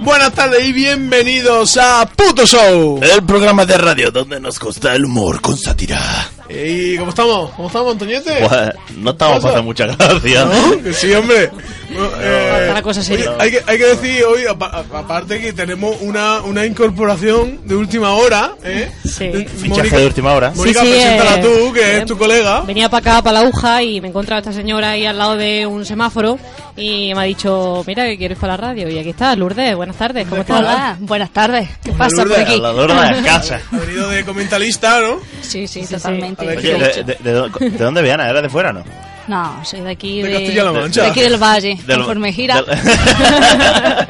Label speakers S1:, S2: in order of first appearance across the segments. S1: Buenas tardes y bienvenidos a Puto Show.
S2: El programa de radio donde nos gusta el humor con sátira. Eh.
S1: ¿Y cómo estamos? ¿Cómo estamos, Antoñete?
S2: Buah, no estamos pasando muchas gracias.
S1: ¿No? Que Sí, hombre. Bueno, eh,
S3: la cosa
S1: oye,
S3: seria.
S1: hay, que, hay que decir hoy, apa- a- aparte que tenemos una, una incorporación de última hora. ¿eh?
S3: Sí.
S1: Eh,
S2: Fichaje de última hora.
S1: Mónica,
S3: Sí, sí,
S1: preséntala
S3: eh,
S1: tú, que
S3: eh,
S1: es tu colega.
S3: Venía para acá, para la aguja, y me encontraba esta señora ahí al lado de un semáforo y me ha dicho, mira, que quieres para la radio. Y aquí está, Lourdes, buenas tardes, ¿cómo estás?
S4: Hola, buenas tardes. ¿Qué pasa por
S1: Lourdes,
S4: aquí?
S2: Habladora de la casa.
S1: Ha venido de comentarista, ¿no?
S3: Sí, sí, sí,
S4: Totalmente.
S1: A ver,
S2: Oye, de, de- de dó- de dónde Viana? ¿Era de fuera o no?
S4: No, soy de aquí,
S1: De
S4: de,
S1: Castilla-La Mancha.
S4: de aquí del Valle.
S2: Del-
S4: Conforme gira.
S2: del-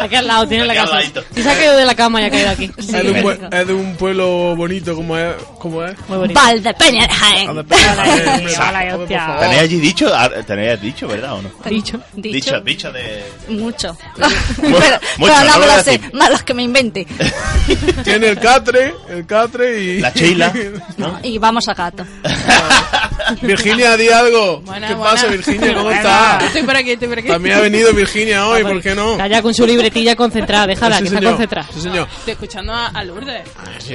S3: Aquí al lado, tiene la
S2: Aquí al
S3: casa.
S2: ladito.
S3: Si se ha caído de la cama y ha caído aquí. Sí.
S1: es, de un, pue- es de un pueblo bonito como es. Como es.
S3: Muy bonito.
S4: Valdepeña de
S1: A ver,
S4: Jaén.
S1: espera, eh,
S3: hola,
S1: joder, por
S3: hostia.
S1: favor.
S2: ¿Tenéis allí dicho? Ah, ¿Tenéis dicho, verdad o no?
S3: Dicho.
S4: Dicho.
S2: Dicho, dicho de...
S4: Mucho. pero
S2: mucho,
S4: pero no
S2: no lo
S4: me
S2: voy a
S4: lo sé.
S2: decir.
S4: Más los que me invente.
S1: Tiene el catre, el catre y.
S2: La chila. ¿no?
S4: Y vamos a gato.
S1: Virginia, di algo.
S5: Buena,
S1: ¿Qué
S5: buena.
S1: pasa, Virginia? ¿Cómo
S5: Buena.
S1: estás?
S5: Estoy por aquí, estoy por aquí.
S1: También ha venido Virginia hoy, ¿por qué no?
S3: Está ya con su libretilla concentrada, déjala,
S1: Sí,
S3: que está
S1: señor.
S3: concentrada.
S1: Sí, señor.
S5: Estoy escuchando a, a Lourdes.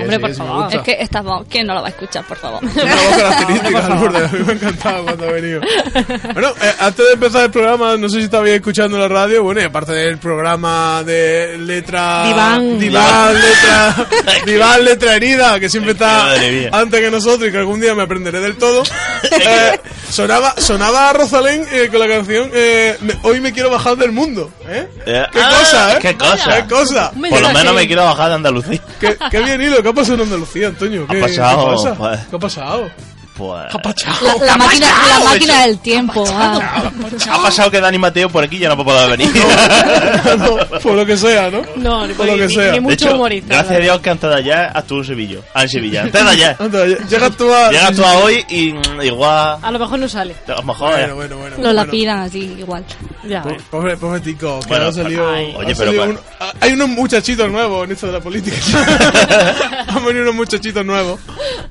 S3: Hombre, por favor.
S4: Es que esta voz, ¿quién no la va a escuchar, por favor?
S1: Una voz característica, Lourdes. A mí me ha encantado cuando ha venido. Bueno, eh, antes de empezar el programa, no sé si estabais escuchando la radio. Bueno, y aparte del programa de letra.
S3: Diván.
S1: Diván, letra. Diván, letra herida, que siempre está
S2: Madre mía.
S1: antes que nosotros y que algún día me aprenderé del todo. Eh, sonaba, sonaba Rosalén eh, con la canción eh, me- Hoy me quiero bajar del mundo. ¿eh?
S2: Eh,
S1: ¿Qué
S2: ah,
S1: cosa, eh?
S2: ¿Qué cosa?
S1: ¿Qué cosa?
S2: Por lo menos me quiero bajar de Andalucía.
S1: ¿Qué, qué bien hilo, ¿qué ha pasado en Andalucía, Antonio? ¿Qué,
S2: Ha pasado,
S1: ¿Qué pasa?
S2: pues.
S1: ¿Qué ha pasado?
S2: Pues-
S4: La, la máquina, la máquina del tiempo. ah.
S2: Ha pasado que Dani Mateo por aquí ya no ha podido venir.
S1: No, por lo que sea, ¿no?
S3: No, ni,
S1: por lo
S3: ni-
S1: que
S3: ni-
S1: sea.
S3: ni
S2: De
S3: mucho
S2: hecho,
S3: humorista.
S2: Gracias a Dios que antes de ayer estuvo en Sevilla. Ah, en Sevilla. Antes de ayer.
S1: Anda, ll- Llegas tú a...
S2: Llegas tú a hoy y mm, igual.
S3: A lo mejor no sale.
S2: A lo mejor. eh.
S1: Bueno, bueno, bueno.
S4: Lo
S1: bueno.
S4: lapidan así, igual.
S3: Ya.
S2: Pues,
S1: Po- Pobre, pobre tico, que
S2: Bueno,
S1: ha salido...
S2: ay,
S1: ha
S2: oye,
S1: salido
S2: pero
S1: un- ah, Hay unos muchachitos nuevos en esto de la política. Han venido unos muchachitos nuevos.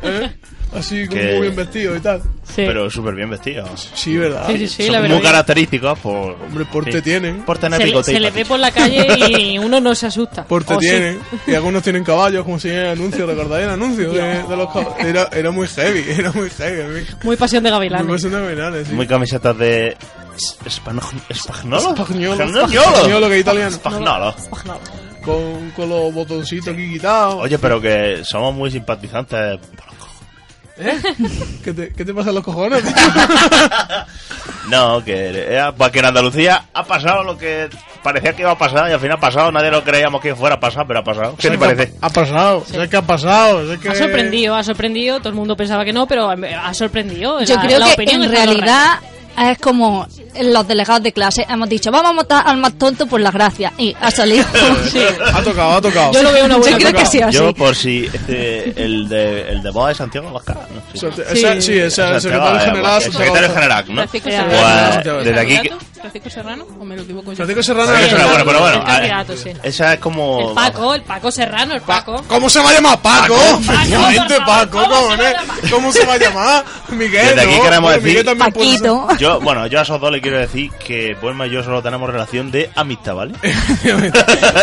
S1: ¿eh? Así, como
S2: Que-
S1: muy bien vestidos y tal.
S3: Sí.
S2: Pero súper bien vestidos.
S1: Sí, ¿verdad?
S3: Sí, sí, sí,
S2: Son
S3: la
S2: muy
S3: verdad.
S2: característicos por.
S1: Hombre, porte
S2: sí.
S1: tienen.
S2: Por tener
S3: se, le,
S2: bigote y
S3: se le ve
S2: patillas.
S3: por la calle y uno no se asusta.
S1: Porque
S3: O Oh, sí.
S1: tienen, y algunos tienen caballos, como si en el anuncio, ¿recordáis el anuncio de, de los caballos? Era, era muy heavy, era muy heavy. a mí-
S3: Muy pasión de
S1: Me
S3: gavilanes.
S1: parecen nominales, sí.
S2: Muy camisetas de. es- espano- Espagnolo.
S1: Espagnolo. Espagnolo,
S2: Espagnolo.
S1: que es italiano.
S2: Espagnolo.
S1: Con, con los botoncitos aquí quitados.
S2: Oye, pero que somos muy simpatizantes. por los cojones.
S1: ¿Eh? ¿Qué te, qué te pasa en los cojones? tío?
S2: No, que era porque en Andalucía ha pasado lo que parecía que iba a pasar y al final ha pasado, nadie lo creíamos que fuera a pasar, pero ha pasado. ¿Qué te
S1: ¿Sabes
S2: parece?
S1: Ha, ha pasado, ¿sabes qué ha pasado? ¿Sabes qué-
S3: Ha sorprendido, ha sorprendido. Todo el mundo pensaba que no, pero ha sorprendido.
S4: Yo
S3: La-
S4: creo
S3: la
S4: que
S3: opinión
S4: en
S3: está
S4: realidad es como los delegados de clase hemos dicho, vamos a matar al más tonto por la gracia. Y ha salido.
S3: Sí.
S1: Ha tocado, ha tocado.
S3: Yo lo veo una buena
S4: Yo creo que
S3: cosa.
S4: Ah, sí, así.
S2: Yo por si este, el de el de Boa de Santiago Abascal, ¿no? Sí.
S1: O sea, esa- sí, esa- el
S2: Santiago,
S1: secretario
S2: eh,
S1: general.
S2: el secretario general, ¿no?
S5: Francisco
S3: Pues,
S5: Serrano.
S2: desde aquí que-
S5: ¿Candidato? ¿Francisco Serrano? ¿O me lo equivoco yo?
S1: Francisco Serrano. eh,
S2: Bueno,
S3: Sí,
S2: bueno,
S3: el
S2: bueno, pero bueno,
S3: el
S2: ah,
S3: candidato, sí.
S2: Esa es como
S3: El Paco, el Paco Serrano, el Paco.
S1: ¿Cómo se va a llamar Paco?
S2: Paco,
S1: Efectivamente,
S3: por favor,
S1: Paco,
S3: ¿cómo se
S1: cojones.
S3: va a llamar?
S1: ¿Cómo se va a llamar? Miguel,
S2: Desde aquí
S1: ¿no?
S2: queremos
S1: Bueno, Miguel
S2: decir-
S1: también puede ser-
S4: Paquito.
S2: Yo, bueno, yo a esos dos le quiero decir que Buenma y yo solo tenemos relación de amistad, ¿vale?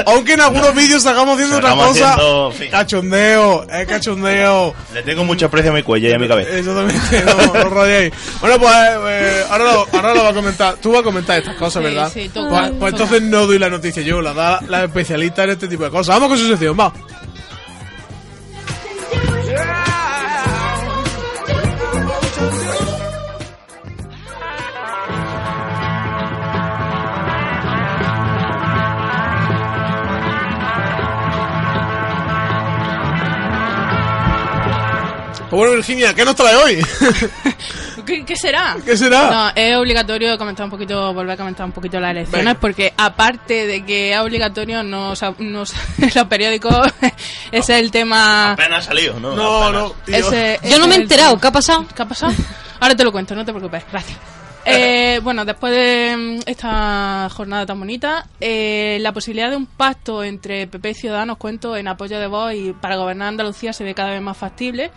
S1: Aunque en algunos vídeos hagamos haciendo otra
S2: Salgamos
S1: cosa.
S2: haciendo- sí.
S1: Cachondeo, es cachondeo.
S2: Le tengo mucho aprecio a mi cuello y a mi
S1: eh,
S2: cabeza.
S1: Exactamente, no, no radiéis. Bueno, pues eh, ahora, lo, ahora lo va a comentar. Tú vas a comentar estas cosas,
S5: Sí,
S1: ¿verdad?
S5: sí, toca,
S1: pues, pues
S5: toca.
S1: entonces no doy la noticia yo, la da la especialista en este tipo de cosas. Vamos con su sección, va. Pues bueno, Virginia, ¿qué nos trae hoy?
S5: ¿Qué, qué será?
S1: ¿Qué será?
S5: No, es obligatorio comentar un poquito, volver a comentar un poquito las elecciones,
S1: Venga.
S5: porque aparte de que es obligatorio, no, sa- no sa- los periódicos, ese es el tema...
S2: Apenas salido, ¿no?
S1: no,
S2: Apenas.
S1: no. tío.
S5: Ese,
S4: Yo no me he
S5: ese es el
S4: enterado,
S5: tema.
S4: ¿qué ha pasado?
S5: ¿Qué ha pasado? Ahora te lo cuento, no te preocupes, gracias. Eh, bueno, después de mm, esta jornada tan bonita, eh, la posibilidad de un pacto entre PP y Ciudadanos, cuento en apoyo de Vox y para gobernar Andalucía se ve cada vez más factible,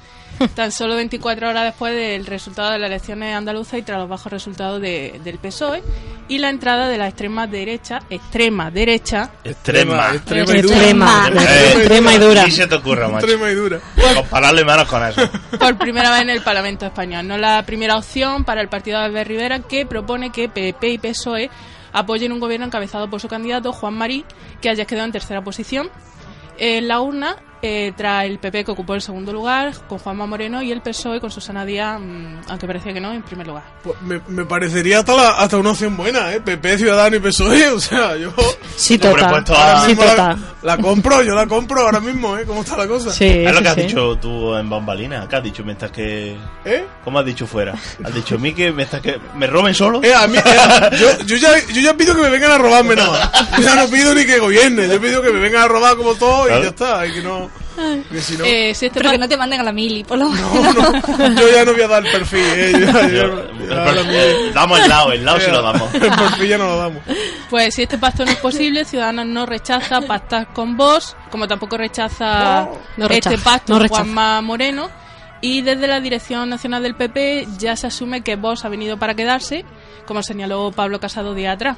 S5: tan solo 24 horas después del resultado de las elecciones andaluzas y tras los bajos resultados de- del PSOE E y la entrada de la extrema derecha, extrema derecha,
S2: Extrema.
S1: Extrema y dura.
S3: Extrema,
S4: Extrema.
S3: la Ah, extrema y dura.
S2: Ni se te ocurra, macho.
S1: Extrema y dura.
S2: Compararle menos con eso.
S5: por primera vez en el Parlamento español. No la primera opción para el partido de Albert Rivera, que propone que PP y PSOE E apoyen un gobierno encabezado por su candidato, Juan Marí, que haya quedado en tercera posición. En la urna, eh, tras el PP que ocupó el segundo lugar, con Juanma Moreno, y el PSOE E con Susana Díaz, mm, aunque parecía que no, en primer lugar.
S1: Pues me, me parecería hasta, la- hasta una opción buena, ¿eh? PP, Ciudadano y PSOE, o sea, yo...
S3: Sí,
S2: Hombre,
S3: total.
S2: puesto
S1: ahora
S2: a-
S3: Sí,
S1: mismo la,
S3: total.
S1: la compro, yo la compro ahora mismo, ¿eh? ¿Cómo está la cosa?
S3: Sí,
S2: Es lo
S3: sí,
S2: que has
S3: sí.
S2: dicho tú en Bambalina. ¿Qué has dicho mientras que.?
S1: ¿Eh?
S2: ¿Cómo has dicho fuera? ¿Has dicho a mí que mientras que me roben solo?
S1: Eh, a mí, eh, yo, yo ya, yo ya pido que me vengan a robarme nada. más. Yo ya no pido ni que gobierne, yo pido que me vengan a robar como todo y
S2: Claro.
S1: ya está. Y que no. Que si no.
S5: Eh, si este
S4: Pero que
S5: par-
S4: no te manden a la mili, por lo menos.
S1: no, no, yo ya no voy a dar el perfil, ¿eh? Yo, yo-
S2: Yo-
S1: yo-
S2: el
S1: ahora
S2: per-
S1: mismo-
S2: eh, damos el lado, el lado sí lo damos.
S1: El perfil ya no lo damos.
S5: Pues si este pacto no es posible, Ciudadanos no rechaza pactar con vos, como tampoco rechaza
S4: No rechaza,
S5: este pacto
S4: no
S5: con
S4: rechaza.
S5: Juanma Moreno. Y desde la Dirección Nacional del PP ya se asume que vos ha venido para quedarse, como señaló Pablo Casado día atrás.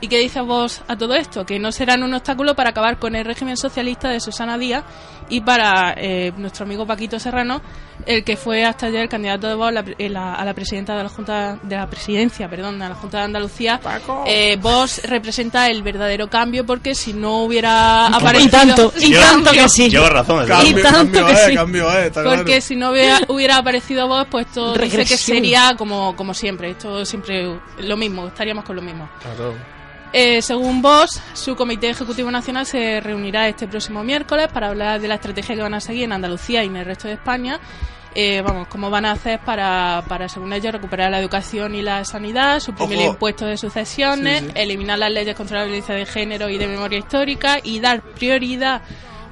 S5: ¿Y qué dice vos a todo esto? Que no serán un obstáculo para acabar con el régimen socialista de Susana Díaz y para eh, nuestro amigo Paquito Serrano, el que fue hasta ayer candidato de Vox a la, pre- eh, la- a la presidenta de la Junta de la presidencia, perdón, de la Junta de Andalucía. Eh, vos representa el verdadero cambio porque si no hubiera aparecido
S3: Y tanto, y
S2: Lleva-
S3: tanto que sí.
S2: Lleva razón, es verdad.
S1: Cambio,
S3: tanto
S1: cambio,
S3: que
S1: eh,
S3: sí.
S1: cambio, eh, está claro.
S5: porque si no hubiera, hubiera aparecido vos, pues todo dice que
S3: Regresión.
S5: sería como, como siempre, esto siempre lo mismo, estaríamos con lo mismo.
S1: Claro.
S5: Eh, según vos, su Comité Ejecutivo Nacional se reunirá este próximo miércoles para hablar de la estrategia que van a seguir en Andalucía y en el resto de España. Eh, vamos, cómo van a hacer para, para, según ellos, recuperar la educación y la sanidad, suprimir
S1: Ojo.
S5: el impuesto de sucesiones,
S1: Sí, sí.
S5: eliminar las leyes contra la violencia de género y de memoria histórica y dar prioridad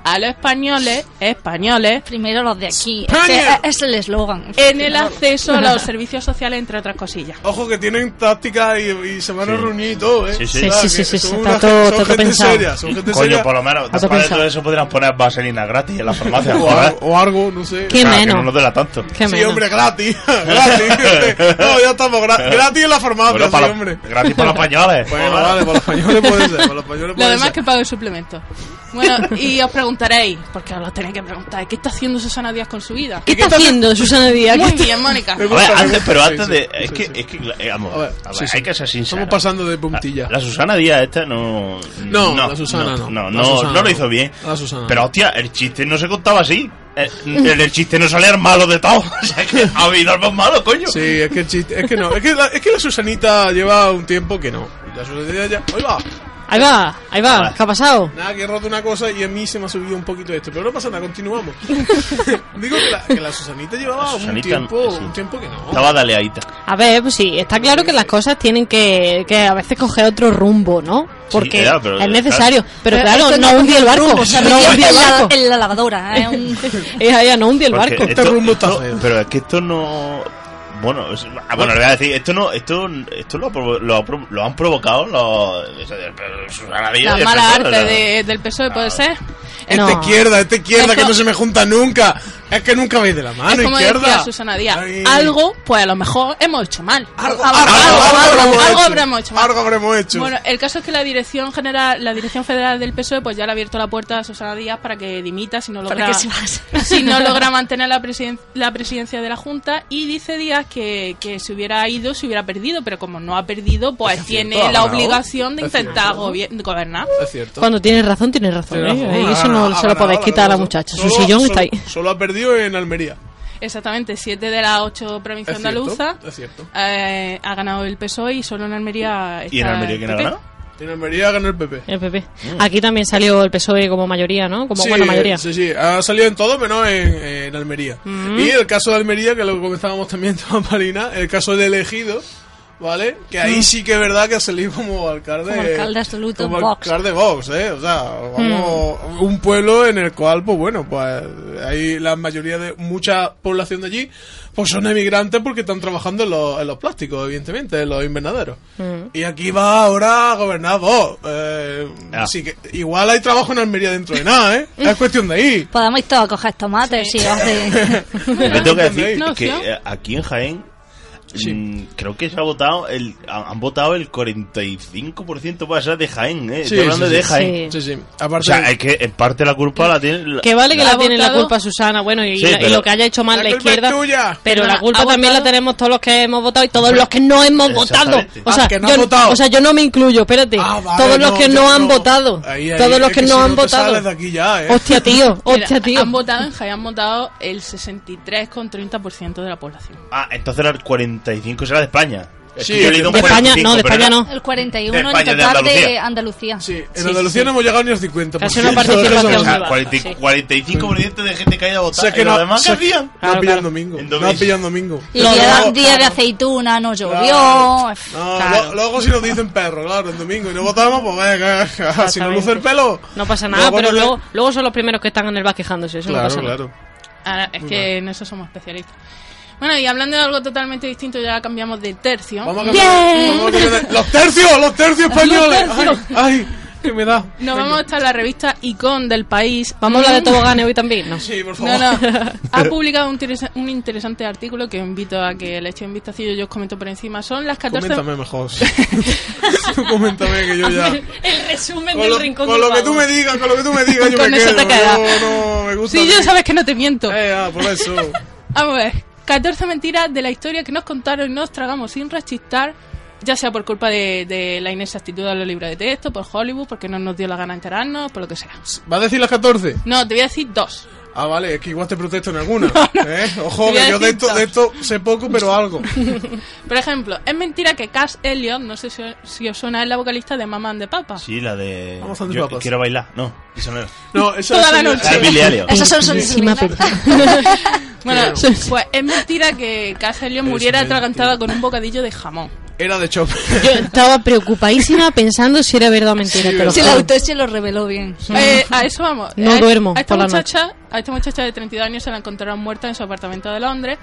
S5: a los españoles, españoles,
S4: Primero los de aquí.
S1: España.
S4: Ese Es, es el eslogan.
S5: en el acceso a los servicios sociales, entre otras cosillas.
S1: Ojo que tienen tácticas y, y se van a
S2: Sí.
S1: reunir y todo, ¿eh?
S2: Sí, sí.
S1: O sea,
S3: Sí, sí,
S1: que
S3: sí, sí,
S1: son
S3: está
S1: una-
S3: todo-
S1: son
S3: todo
S1: gente
S3: pensado.
S1: seria, son gente
S2: Coño,
S1: seria.
S2: por lo menos,
S3: Has
S2: después de
S3: pensado.
S2: todo eso podrían poner vaselina gratis en las farmacias,
S1: o,
S2: joder.
S1: algo- o algo, no sé.
S3: Qué
S2: Claro, que
S3: menos.
S2: no nos duela tanto.
S3: Qué
S1: Sí,
S3: menos.
S1: hombre, gratis. gratis. gente. No, ya estamos. gra- gratis en la farmacia,
S2: Bueno,
S1: Ah, sí,
S2: para los-
S1: hombre.
S2: gratis para los pañales.
S1: Bueno,
S2: joder.
S1: vale, para los españoles puede ser. Para los españoles
S5: Lo
S1: puede
S5: demás
S1: ser.
S5: que pague suplementos. Bueno, y os preguntaréis, porque os lo tenéis que preguntar, ¿qué está haciendo Susana Díaz con su vida?
S3: ¿Qué está haciendo Susana Díaz?
S5: Muy
S3: ¿Qué está-
S5: bien, Mónica.
S1: Me
S2: A ver,
S1: gusta, me
S2: antes,
S1: gusta.
S2: pero
S1: Sí,
S2: antes
S1: sí,
S2: de.
S1: sí,
S2: Es que,
S1: sí.
S2: es que, eh, vamos,
S1: A ver,
S2: a ver,
S1: sí, sí.
S2: hay que ser sincero.
S1: Estamos pasando de puntilla.
S2: La, la Susana Díaz, esta no.
S1: No, la Susana no.
S2: No,
S1: La
S2: no,
S1: Susana
S2: no
S1: no.
S2: lo hizo bien.
S1: La Susana
S2: Pero
S1: no.
S2: hostia, el chiste no se contaba así. Eh, El, el- el chiste no sale malo de todo. O sea, que ha habido algo malo, coño.
S1: Sí, es que el chiste, es que no, es que, la, es que la Susanita lleva un tiempo que no. La Susanita ya, ahí va,
S3: Ahí va, ahí va. ¿Qué ha pasado?
S1: nada, que he roto una cosa y a mí se me ha subido un poquito esto, pero no pasa nada, continuamos. Digo que la, que la Susanita llevaba
S2: Susanita,
S1: un tiempo,
S2: sí.
S1: un tiempo que no.
S2: Estaba daleadita.
S3: A ver, pues sí, está claro que las cosas tienen que, que a veces coger otro rumbo, ¿no? Porque
S2: ya, pero-
S3: es necesario. Pero claro,
S4: esto
S3: no hundí el barco.
S4: O sea,
S3: No
S4: metía
S3: hundí el
S4: en la-
S3: barco.
S4: en la lavadora. ¿eh? Un-
S3: Ella ella no hundí el
S2: Porque
S3: barco.
S1: Este rumbo está feo.
S2: Pero es que esto no. Bueno, es- ah, bueno, le voy a decir, esto no, esto, esto lo, provo- lo, ha pro- lo han provocado los Susana Díaz.
S5: La
S2: y el
S5: mala
S2: PSOE, o
S5: arte
S2: sea,
S5: de- del PSOE E puede ser.
S1: Esta
S3: Eh, No.
S1: izquierda, esta izquierda que no se me junta nunca. Es que nunca veis de la mano
S5: Es como
S1: Ah, izquierda.
S5: decía Susana Díaz,
S1: Ay.
S5: algo, pues a lo mejor hemos hecho mal.
S1: Algo,
S5: Algo- algo- algo- algo habremos hecho mal.
S1: Algo habremos hecho.
S5: Bueno, el caso es que la dirección general, la dirección federal del PSOE, pues ya le ha abierto la puerta a Susana Díaz para que dimita si no logra,
S4: que se vaya.
S5: si no logra mantener la, presiden- la presidencia de la Junta. Y dice Díaz que, que si hubiera ido, se hubiera perdido, pero como no ha perdido, pues
S1: Es
S5: tiene
S1: cierto, ha
S5: la
S1: ganado.
S5: obligación de
S1: Es
S5: intentar
S1: cierto.
S5: gobier- gobernar.
S1: es cierto.
S3: Cuando tienes razón, tienes razón.
S1: Tiene
S3: ¿eh?
S1: razón,
S3: Y
S1: ha
S3: eso no
S1: ganado,
S3: se
S1: ha
S3: lo podéis
S1: ganado,
S3: quitar a
S1: ha
S3: la
S1: ganado.
S3: muchacha. Su
S1: Solo-
S3: sillón
S1: solo-
S3: está ahí.
S1: Solo ha perdido en Almería.
S5: Exactamente, siete de las ocho provincias
S1: Es cierto,
S5: andaluzas
S1: es cierto.
S5: eh, ha ganado el PSOE y solo en Almería está
S2: ¿Y en Almería quién ha
S5: el PP.
S2: ganado?
S1: En Almería ganó el PP.
S3: El PP. Eh, Aquí también salió el PSOE E como mayoría, ¿no? Como buena mayoría.
S1: Sí, sí, ha salido en todo menos en, eh, en Almería.
S4: Mm.
S1: Y el caso de Almería, que lo comentábamos también en Marina, el caso de elegido, ¿vale? Que ahí sí que es verdad que ha salido como alcalde.
S4: Mm. Como alcalde absoluto,
S1: como
S4: Vox. Mm.
S1: alcalde Vox, ¿eh? O sea, vamos, un pueblo en el cual, pues bueno, pues hay la mayoría de mucha población de allí, pues son emigrantes porque están trabajando en los, en los plásticos, evidentemente, en los invernaderos.
S4: Mm.
S1: Y aquí va ahora a gobernar Vox. Eh,
S2: Ah.
S1: Así que igual hay trabajo en Almería dentro de nada, ¿eh? Es cuestión de ahí.
S4: Podemos ir todos a coger tomates y hace...
S2: Yo tengo que decir
S5: No,
S2: que
S5: ¿no?
S2: eh, aquí en Jaén mm, creo que se ha votado el ha- han votado el 45% para ser de Jaén, eh.
S1: Sí,
S2: Estoy hablando
S1: sí, sí.
S2: de Jaén.
S1: Sí, sí.
S2: O
S1: Aparte,
S2: sea, es que en parte la culpa la tiene la-
S3: Que vale que
S5: ¿La
S3: la
S5: ha
S3: tiene la
S5: votado?
S3: culpa Susana, bueno, y,
S2: Sí,
S3: la- y
S2: pero-
S3: lo que haya hecho mal
S1: La
S3: la,
S1: culpa es
S3: izquierda.
S1: tuya. Ah,
S3: Pero la
S5: Perdona,
S3: culpa
S5: ¿ha
S3: también la
S5: votado?
S3: tenemos todos los que hemos votado y todos los que no hemos votado.
S2: Exactamente.
S3: O sea,
S1: Ah, que no
S3: yo,
S1: ha votado.
S3: o sea, yo no me incluyo, espérate.
S1: Ah, vale,
S3: todos los que
S1: yo
S3: no han votado.
S1: Ahí, ahí,
S3: todos los
S1: es
S3: que, no
S1: si
S3: han
S1: te
S3: votado.
S1: sales de aquí ya, ¿eh?
S3: Hostia, tío.
S5: Mira,
S3: Hostia, tío.
S5: Han votado en Jaén, han votado el 63,30% de la población.
S2: Ah, entonces el 45 será de España. Es
S1: Sí,
S2: que yo he leído un
S3: de España,
S2: 45,
S3: no, de
S2: pero
S3: España
S2: era-
S3: no.
S4: El 41
S2: De España,
S4: en
S2: de
S4: total de
S2: Andalucía.
S4: Andalucía.
S1: Sí, en
S3: Sí,
S1: Andalucía
S3: sí.
S1: no hemos llegado ni al 50%.
S3: Casi una
S2: O
S3: participación.
S2: sea,
S3: Sí.
S2: 40
S3: Sí.
S2: 45% de gente que haya
S1: O
S2: votado.
S1: sea, que
S2: ¿Y los
S1: no,
S2: demás
S1: o sea,
S2: qué hacían?
S1: No
S3: Claro,
S1: ha pillado
S3: claro.
S1: domingo.
S2: En
S1: No ha
S2: domingo.
S1: pillado domingo.
S4: Y
S1: No,
S4: día,
S1: no,
S4: día de aceituna, no llovió.
S1: Claro. No,
S3: Claro.
S1: lo- luego si nos dicen perro, claro, en domingo y no votamos, pues venga, si nos luce el pelo.
S3: No pasa nada,
S1: luego
S3: pero
S1: no le-
S3: luego, luego son los primeros que están en el bar quejándose. Eso no
S1: Claro,
S3: pasa nada.
S1: claro.
S5: Ahora, es que en eso somos especialistas. Bueno, y hablando de algo totalmente distinto, ya cambiamos de tercio.
S1: Vamos a cambiar- vamos a cambiar de- Los tercios, los tercios españoles.
S5: Los
S1: Ay,
S5: tercios.
S1: ay, que me da.
S5: Nos vamos hasta la revista Icon del país.
S3: Vamos a hablar de toboganes hoy también. No.
S1: Sí, Mm. por favor.
S5: No, no. Ha publicado un, interesa- un interesante artículo que os invito a que le echéis un vistacillo. Yo os comento por encima. Son las 14.
S1: Coméntame mejor. sí. Tú Coméntame
S5: Ah,
S1: que yo ya.
S3: El resumen
S1: Con lo, con lo que tú me digas, con lo que tú me digas, yo
S5: Con
S1: me
S5: eso
S1: quedo.
S5: te queda.
S1: No, no, me gusta.
S5: Sí, yo
S1: que-
S5: sabes que no te miento.
S1: Eh, ah, por eso.
S5: Vamos a ver. 14 mentiras de la historia que nos contaron y nos tragamos sin rechistar, ya sea por culpa de, de la inexactitud de los libros de texto, por Hollywood, porque no nos dio la gana de enterarnos, por lo que sea.
S1: ¿Vas a decir las 14?
S5: No, te voy a decir dos.
S1: Ah, vale, es que igual te protesto en alguna. ¿eh? Ojo,
S5: Te voy a
S1: que yo de
S5: decir
S1: esto, de esto sé poco, pero algo.
S5: Por ejemplo, es mentira que Cass Elliot, no sé si, si os suena, es la vocalista de Mamá de Papa.
S2: Sí, la de
S1: Ah. Vamos a hacer
S2: yo
S1: papas.
S2: quiero bailar. No, eso no era.
S1: No, eso
S5: Toda la
S1: eso-
S5: noche.
S2: Ah, Billie Eilish.
S4: Esas son sus
S3: Encima,
S4: sobrinas.
S5: Bueno,
S1: Claro.
S5: pues es mentira que Cass Elliot
S1: Es
S5: muriera
S1: mentira.
S5: atragantada con un bocadillo de jamón.
S1: Era de Chopin.
S3: Yo estaba preocupadísima pensando si era verdad o mentira.
S1: Sí,
S3: te lo
S4: Si
S3: juro.
S4: la autopsia lo reveló bien.
S5: Eh, a eso vamos.
S3: Mm. No
S5: A-
S3: duermo
S5: a esta
S3: por la
S5: muchacha, A esta muchacha de 32 años se la encontraron muerta en su apartamento de Londres.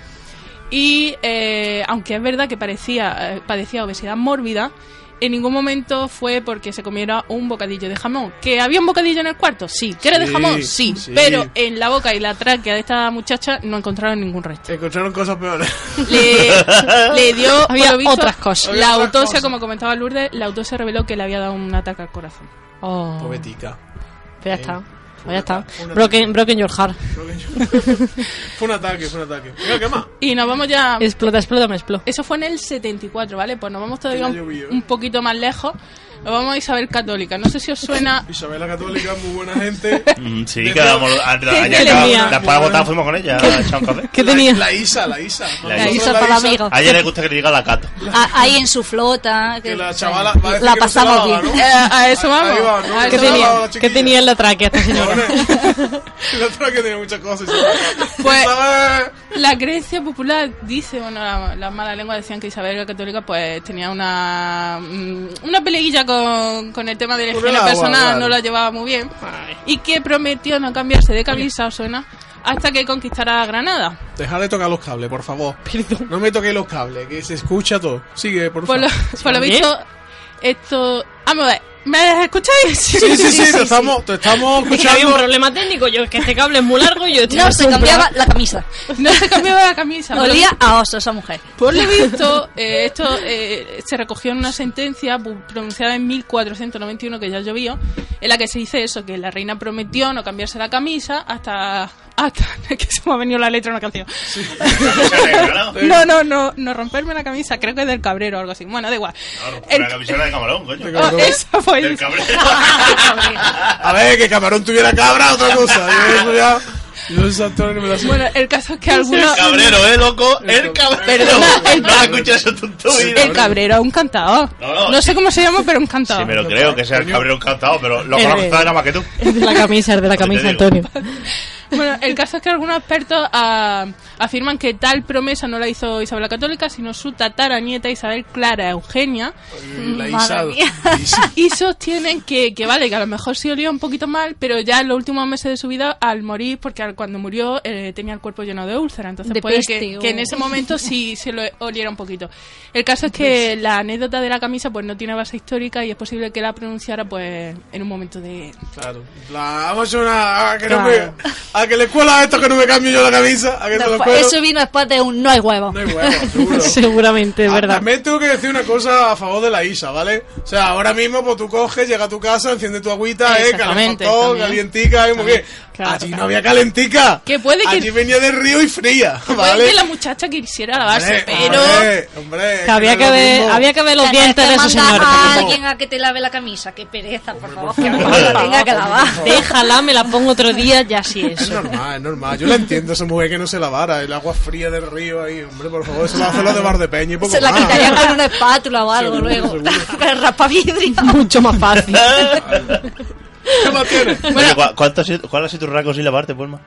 S5: Y eh, aunque es verdad que parecía, eh, padecía obesidad mórbida, en ningún momento fue porque se comiera un bocadillo de jamón. ¿Que había un bocadillo en el cuarto? Sí. ¿Que era de
S1: Sí,
S5: jamón? Sí.
S1: sí.
S5: Pero en la boca y la tráquea de esta muchacha no encontraron ningún resto.
S1: Encontraron cosas peores.
S5: Le, le dio por
S3: Había
S5: lo visto,
S3: otras cosas.
S1: Había
S5: La
S1: otras
S5: autopsia,
S1: cosas.
S5: como comentaba Lourdes, la autopsia reveló que le había dado un ataque al corazón.
S3: Oh, pues
S1: Pobetica.
S3: ya está. Pues ya está.
S1: Una-
S3: Broken, broken your heart.
S1: Creo que yo- fue un ataque, fue un ataque. Venga, ¿qué más?
S5: Y nos vamos ya
S3: Explota, explota, me explota.
S5: Eso fue en el 74, ¿vale? Pues nos vamos todavía
S1: Ya
S5: un,
S1: llovió.
S5: un poquito más lejos. Nos vamos a Isabel Católica. No sé si os suena.
S1: Isabel la Católica, muy buena gente.
S2: Mm, Sí,
S1: Decía-
S2: quedamos. a- a-
S3: ¿Qué
S2: ayer acabamos-
S3: tenía?
S2: Después de votar fuimos con ella a echar un café.
S3: ¿Qué
S1: La-
S3: tenía?
S1: La Isa, la Isa.
S2: La
S1: Nosotros
S4: Isa para amigos.
S2: A ella le gusta que le diga la cata.
S4: A- Ahí en su flota.
S1: Que
S4: que-
S1: la chavala. va a decir
S4: La
S1: que no se
S4: pasamos
S1: lava,
S4: bien.
S5: Eh,
S1: ¿no?
S5: a eso
S1: Ahí
S5: vamos.
S1: va, ¿no?
S5: A
S3: ¿Qué
S5: eso vamos.
S3: tenía?
S1: la
S3: ¿Qué
S1: chiquilla.
S3: tenía en la tráquea esta señora?
S1: El otro que tenía muchas cosas. y se-
S5: Pues-
S1: ¿Sabes?
S5: La Grecia popular dice, bueno, la- las malas lenguas decían que Isabel la Católica pues tenía una mm, una peleguilla con, con el tema de la
S1: Con el
S5: higiene
S1: agua,
S5: personal,
S1: claro.
S5: no la llevaba muy bien. Y que prometió no cambiarse de camisa, ¿os suena, hasta que conquistara Granada.
S1: Dejad de tocar los cables, por favor. No me toquéis los cables, que se escucha todo. Sigue, por favor.
S5: Por lo, por lo
S3: ¿También?
S5: visto, esto. Vamos a ver. ¿Me escucháis? Sí,
S1: Sí, sí, sí, te, estamos, te estamos
S3: Es que había un
S1: escuchando.
S3: problema técnico. Yo, es que este cable es muy largo y yo estoy
S4: No, se cambiaba la camisa.
S5: No se cambiaba la camisa. pero-
S4: Olía a oso esa mujer.
S5: Por lo visto, eh, esto eh, se recogió en una sentencia pu- pronunciada en 1491, que ya llovió, en la que se dice eso, que la reina prometió no cambiarse la camisa hasta... hasta es que se me ha venido la letra de una canción. No, no, no, no romperme la camisa, creo que es del cabrero o algo así. Bueno, da igual. El-
S2: La camiseta de camarón, coño.
S1: De
S5: Oh, esa fue
S2: Del cabrero.
S1: A ver, que camarón tuviera cabra, otra cosa. Yo eso ya. Yo esos actores no me lo sé.
S5: Bueno, el caso es que
S2: El
S5: algunos...
S2: cabrero, eh, loco. El cabrero.
S5: Perdona, el
S2: no has escuchado eso tú en tu vida.
S5: El cabrero, un cantador.
S2: No, no.
S5: No sé cómo se llama, pero un cantador.
S2: Sí, me lo creo que sea el cabrero encantado, pero lo
S3: El
S2: conozco
S3: de-
S2: nada más que tú.
S3: Es de la camisa, es de la
S2: Te
S3: camisa,
S2: digo.
S3: Antonio.
S5: Bueno, el caso es que algunos expertos ah, afirman que tal promesa no la hizo Isabel la Católica, sino su tataranieta Isabel Clara Eugenia,
S1: La
S4: Madre
S1: Isa-
S4: mía.
S1: Isa-
S5: y sostienen que, que vale, que a lo mejor sí olía un poquito mal, pero ya en los últimos meses de su vida, al morir, porque al- cuando murió eh, tenía el cuerpo lleno de úlcera, entonces
S4: De
S5: puede
S4: peste,
S5: que,
S4: o-
S5: que en ese momento sí se lo oliera un poquito. El caso es que
S4: Pues-
S5: la anécdota de la camisa pues no tiene base histórica y es posible que la pronunciara pues en un momento de...
S1: Claro. En plan, Vamos a hacer una. A que, no
S5: Claro.
S1: me, a que le cuela esto que no me cambie yo la camisa. A que te lo
S4: Después-
S1: cuelo.
S4: pues eso vino después de un no hay huevo.
S1: No hay huevo, seguro.
S3: Seguramente, es
S1: Ah,
S3: verdad.
S1: También tengo que decir una cosa a favor de la Isa, ¿vale? O sea, ahora mismo pues, tú coges, llega a tu casa, enciende tu agüita, eh,
S5: Exactamente,
S1: calentón,
S5: también.
S1: calientica, y como que...
S5: claro,
S1: allí
S5: claro.
S1: no había calentica.
S5: Que puede que-
S1: Allí venía del río y fría,
S5: Puede
S1: ¿vale?
S5: que la muchacha quisiera lavarse,
S1: Hombre,
S5: pero...
S1: Hombre, hombre, es
S3: Que
S1: no
S3: había,
S1: es
S3: que
S1: lo
S3: ver,
S1: mismo.
S3: había que ver los
S4: Tenés
S3: dientes
S4: que
S3: de esa
S4: mandar
S3: señora.
S4: a
S3: también.
S4: alguien a que te lave la camisa. Qué pereza, por favor. Que no la tenga que lavar.
S3: Déjala, me la pongo otro día, ya sí es.
S1: Es normal, es normal. Yo la entiendo, esa mujer que no se lavara. El agua fría del río ahí, hombre, por favor, eso lo hacen los de Bar de Peña y poco
S4: Se la
S1: más.
S4: quitarían con una espátula o algo
S1: Seguro,
S4: luego.
S1: seguro.
S4: Pero raspa vidrio.
S3: Mucho más fácil.
S1: ¿Qué más tienes?
S2: Oye, ¿cu- cuánto ha sido- ¿Cuál ha sido tu rasgo sin lavarte, Pulma?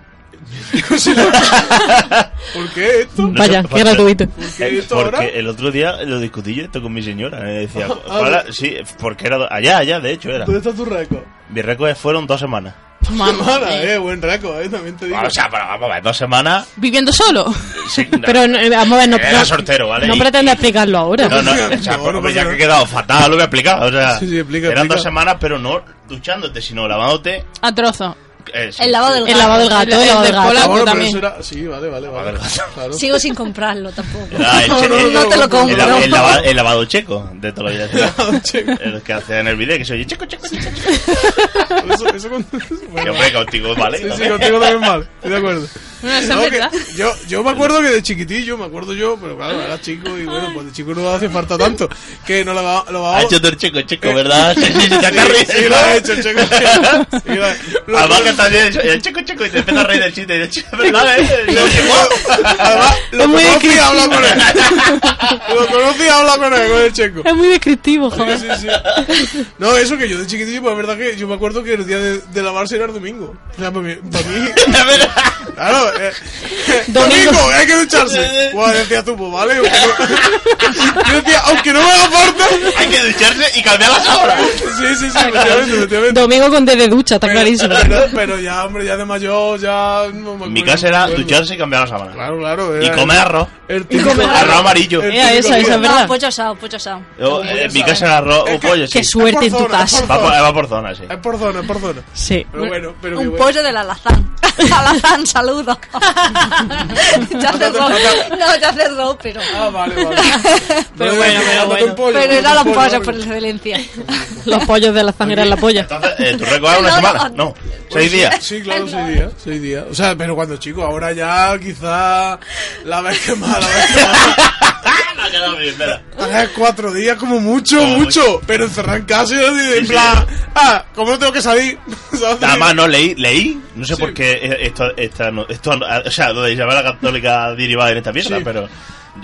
S1: ¿Por qué esto?
S2: No
S3: Vaya,
S2: sé,
S3: qué gratuito.
S1: qué
S2: Eh,
S1: esto ahora?
S2: porque el otro día lo discutí yo esto con mi señora. Me decía,
S1: Ah,
S2: ¿cuál ha- sí, porque era. do- Allá, allá, de hecho era.
S1: ¿Dónde está tu récord?
S2: Mi récord fueron dos semanas.
S1: Mamada, eh, buen récord, eh, también te digo.
S2: O sea, pero vamos a ver, dos semanas.
S5: ¿Viviendo solo?
S2: sí, no.
S3: Pero, eh, vamos a ver, no,
S2: Era
S3: no-
S2: sortero, ¿vale?
S3: no
S2: Y-
S3: pretendo explicarlo ahora.
S2: No, no, o sea,
S1: No,
S2: por-
S1: no
S2: pues
S1: pasa
S2: ya
S1: nada.
S2: que he quedado fatal, lo voy a explicar. O sea,
S1: Sí, sí, explica,
S2: eran
S1: explica.
S2: dos semanas, pero no duchándote, sino lavándote.
S5: A trozo.
S2: eh, sí.
S4: El lavado del
S3: El lavado del gato, el,
S5: El- el
S3: lavado
S5: de
S3: del gato.
S5: cola.
S1: Ah, bueno, pero
S5: también.
S1: eso era- Sí, vale, vale, vale.
S2: Vale, vale.
S1: Claro.
S4: Sigo sin comprarlo tampoco.
S2: Era el, che-
S1: No, no,
S2: el-
S4: No te lo
S2: el-
S4: compro.
S2: el lava- el lavado checo de toda la vida.
S1: Che,
S2: El que hace en el vídeo que se oye checo, checo, checo. checo.
S1: eso, eso con...
S2: Y
S1: bueno,
S2: hombre, contigo, ¿vale?
S1: sí, sí, contigo también mal, estoy de acuerdo.
S5: No, eso
S1: No, que
S5: es verdad.
S1: yo, yo me acuerdo que de chiquitillo, me acuerdo yo, pero claro, era chico y bueno, pues de chico no hace falta tanto. Que no lo, lo
S2: Ha
S1: vamos.
S2: hecho tú el checo, checo, ¿verdad? Sí, sí, sí, te has
S1: Sí,
S2: reído,
S1: sí, lo
S2: ¿no?
S1: ha hecho, chico. Sí, lo ha- lo-
S2: Además que también dicho, el checo, checo, y te empieza a reír del chiste. Y dice, "Che, ¿verdad? eh?" Y yo, "Wow".
S1: Además, lo conocí y habla con él. Lo conocí y habla con él, con el checo.
S3: Es muy descriptivo,
S1: Sí,
S3: joder.
S1: sí, sí. No, eso que yo de chiquitillo, pues es verdad que yo me acuerdo que el día de, de lavarse era el domingo. O sea, para mí. Para mí
S2: A ver,
S1: claro, eh,
S3: Domingo.
S1: domingo. hay que ducharse. Buah, decía tú, pues vale. aunque no- Yo decía, aunque no me haga falta.
S2: Hay que ducharse y cambiar las horas.
S1: Sí, sí, sí, efectivamente, efectivamente.
S3: Domingo con D de ducha, está clarísimo.
S1: Pero, pero ya, hombre, ya de mayor, ya. No me
S2: En mi
S1: acuerdo,
S2: casa era
S1: no me acuerdo.
S2: ducharse y cambiar las sábanas.
S1: Claro, claro.
S2: Y
S1: era-
S2: comer arroz.
S1: El típico-
S3: comer
S1: el
S2: Arroz amarillo.
S1: típico
S3: Era esa, esa
S1: día.
S3: es verdad.
S4: No, pollo asado, pollo asado.
S2: Yo, eh, en mi casa era arroz o pollo, sí.
S3: Qué suerte
S1: Es
S3: en
S1: por
S3: tu
S1: zona, es por
S3: casa.
S2: Va por, va por zona, sí.
S1: Es por zona, es por zona.
S3: Sí.
S1: Pero bueno, pero qué
S4: Un
S1: bueno.
S4: pollo del alazán. alazán, saludo. ya hace ro- No, ya hace ro, pero...
S1: Ah, vale, vale.
S3: Pero bueno, pero
S1: Ándate
S3: bueno.
S1: un pollo,
S4: Pero
S1: ándate
S4: era
S1: un
S4: la
S1: pollo,
S4: pollo
S1: ándate.
S4: por excelencia.
S3: Los pollos de la sangre en la polla.
S2: Entonces, eh, ¿tu récord era una
S4: No, no,
S2: semana? No, seis días.
S1: Pues Sí, claro, seis días, seis días. O sea, pero cuando chico, ahora ya quizá la vez que más, la vez que más.
S2: Ha quedado Ah, bien, espera.
S1: Ahora es cuatro días como mucho,
S2: Ah,
S1: mucho. Pero encerrar en casa y en
S2: sí.
S1: plan, ah, como no tengo que salir. ¿sabes?
S2: Además, no leí, leí. No sé por qué eh, esto, esta, no- esto, o sea, lo de Isabel la Católica derivada en esta mierda,
S1: Sí.
S2: pero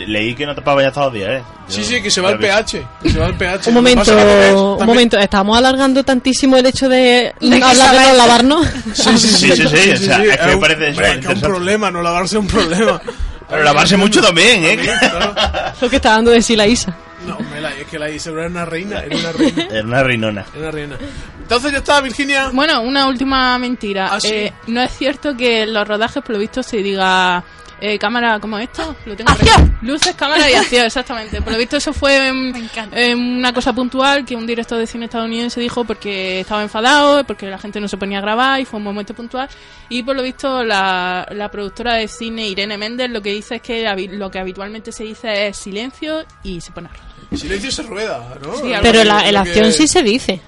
S2: leí que no te pagaba ya todos los días, eh. Yo-
S1: Sí, sí, que se va el
S2: yo-
S1: pH. que se va el pH.
S3: Un
S1: Lo que pasa es que también-
S3: momento, un momento. Estamos alargando tantísimo el hecho de hablar de no lavarnos.
S1: Sí, sí,
S2: Sí, sí, sí, o sea, es que me
S1: un- hombre, es que
S2: parece
S1: es un
S2: interesante.
S1: problema, no lavarse es un problema.
S2: Pero lavarse mucho también, eh.
S1: Claro.
S3: Lo que está dando de sí la Isa.
S1: No, hombre, la- es que la Isabel era una reina, era una reina.
S2: Era una reinona.
S1: Era una reina. Entonces ya está, Virginia.
S5: Bueno, una última mentira.
S1: Ah, sí.
S5: Eh, no es cierto que en los rodajes, por lo visto, se diga eh, cámara, ¿cómo es esto? Lo tengo
S4: ¡Acción!
S5: arreglado. Luces, cámara y acción, exactamente. Por lo visto eso fue em,
S4: Me encanta.
S5: em, una cosa puntual que un director de cine estadounidense dijo porque estaba enfadado, porque la gente no se ponía a grabar y fue un momento puntual. Y por lo visto la, la productora de cine Irene Méndez lo que dice es que habi- lo que habitualmente se dice es silencio y se pone a rodar.
S1: Silencio se rueda, ¿no?
S5: Sí, algo
S3: Pero
S5: así,
S3: la, la acción sí se dice.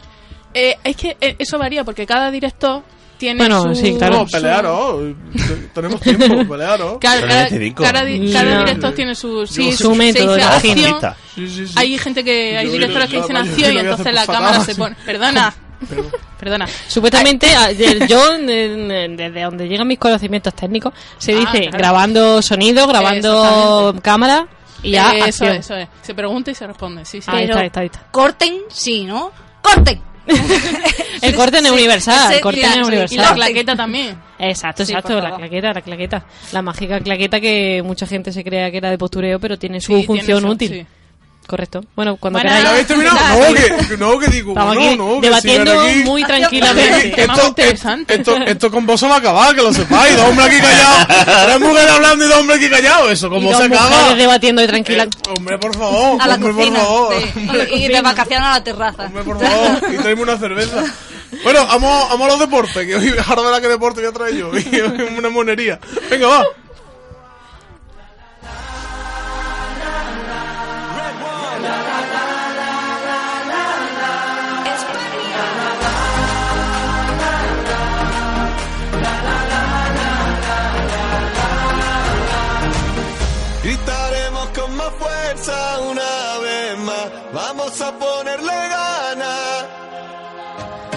S5: Eh, es que eh, eso varía porque cada director tiene
S3: Bueno,
S5: su...
S3: sí, claro.
S1: No,
S5: su-
S1: pelearos. te- Tenemos tiempo, pelearos.
S5: Cada,
S1: este
S2: Son
S5: cada-
S2: 25.
S5: cada di- cada
S3: No.
S5: director tiene su, sí,
S1: Yo-
S5: su,
S3: Su método
S5: se dice
S3: de
S5: acción.
S2: Accionista.
S1: Sí, sí, sí.
S5: Hay gente que hay
S1: Yo-
S5: directores que
S1: yo-
S5: dicen
S1: yo- yo
S5: acción
S1: lo
S5: y
S1: voy a hacer
S5: entonces la
S1: fatal.
S5: cámara se pone. Perdona.
S1: Pero-
S5: Perdona.
S3: Supuestamente, ayer yo, eh, desde donde llegan mis conocimientos técnicos, se
S5: Ah,
S3: dice
S5: claro.
S3: grabando sonido, grabando
S5: Exactamente.
S3: cámara y ya.
S5: Eh, eso
S3: acción.
S5: es, eso es. Se pregunta y se responde. Sí, sí.
S3: Ahí
S4: Pero-
S3: está, ahí está, ahí está.
S4: Corten, sí, ¿no? ¡Corten!
S3: El corte no es universal,
S4: ese-
S3: el corte
S4: y la-
S3: no es
S4: sí,
S5: Y la
S3: universal.
S5: claqueta también.
S3: Exacto,
S4: Sí,
S3: exacto,
S4: por
S3: la
S4: favor.
S3: claqueta, la claqueta. La mágica claqueta que mucha gente se crea que era de postureo, pero tiene su
S5: Sí,
S3: función
S5: tiene su-
S3: útil.
S5: sí.
S3: Correcto. Bueno, cuando
S5: Bueno,
S1: ¿La
S3: queráis.
S1: habéis terminado? No, que, que no, que digo,
S3: Estamos
S1: no,
S3: aquí
S1: no, que
S3: debatiendo
S1: sigan aquí.
S3: muy
S1: Que- que
S3: tranquilamente.
S5: Tema muy
S1: Esto,
S5: interesante.
S1: esto, esto con vos se va a acabar, que lo sepáis. Dos hombres aquí callados. Tres mujeres hablando y dos hombres aquí callados. Eso,
S3: Y
S1: como
S3: dos
S1: se acaba.
S3: mujeres debatiendo y tranquila.
S1: Eh, hombre, por favor.
S4: A la
S1: hombre,
S4: cocina.
S1: por favor.
S4: sí. Y de vacaciones a la terraza.
S1: Hombre, por favor. Y tráeme una cerveza. Bueno, vamos, vamos a los deportes. Que hoy, ahora verá qué deporte voy a traer yo. Y hoy una monería. Venga, va.
S6: Gritaremos con más fuerza una vez más. Vamos a ponerle ganas.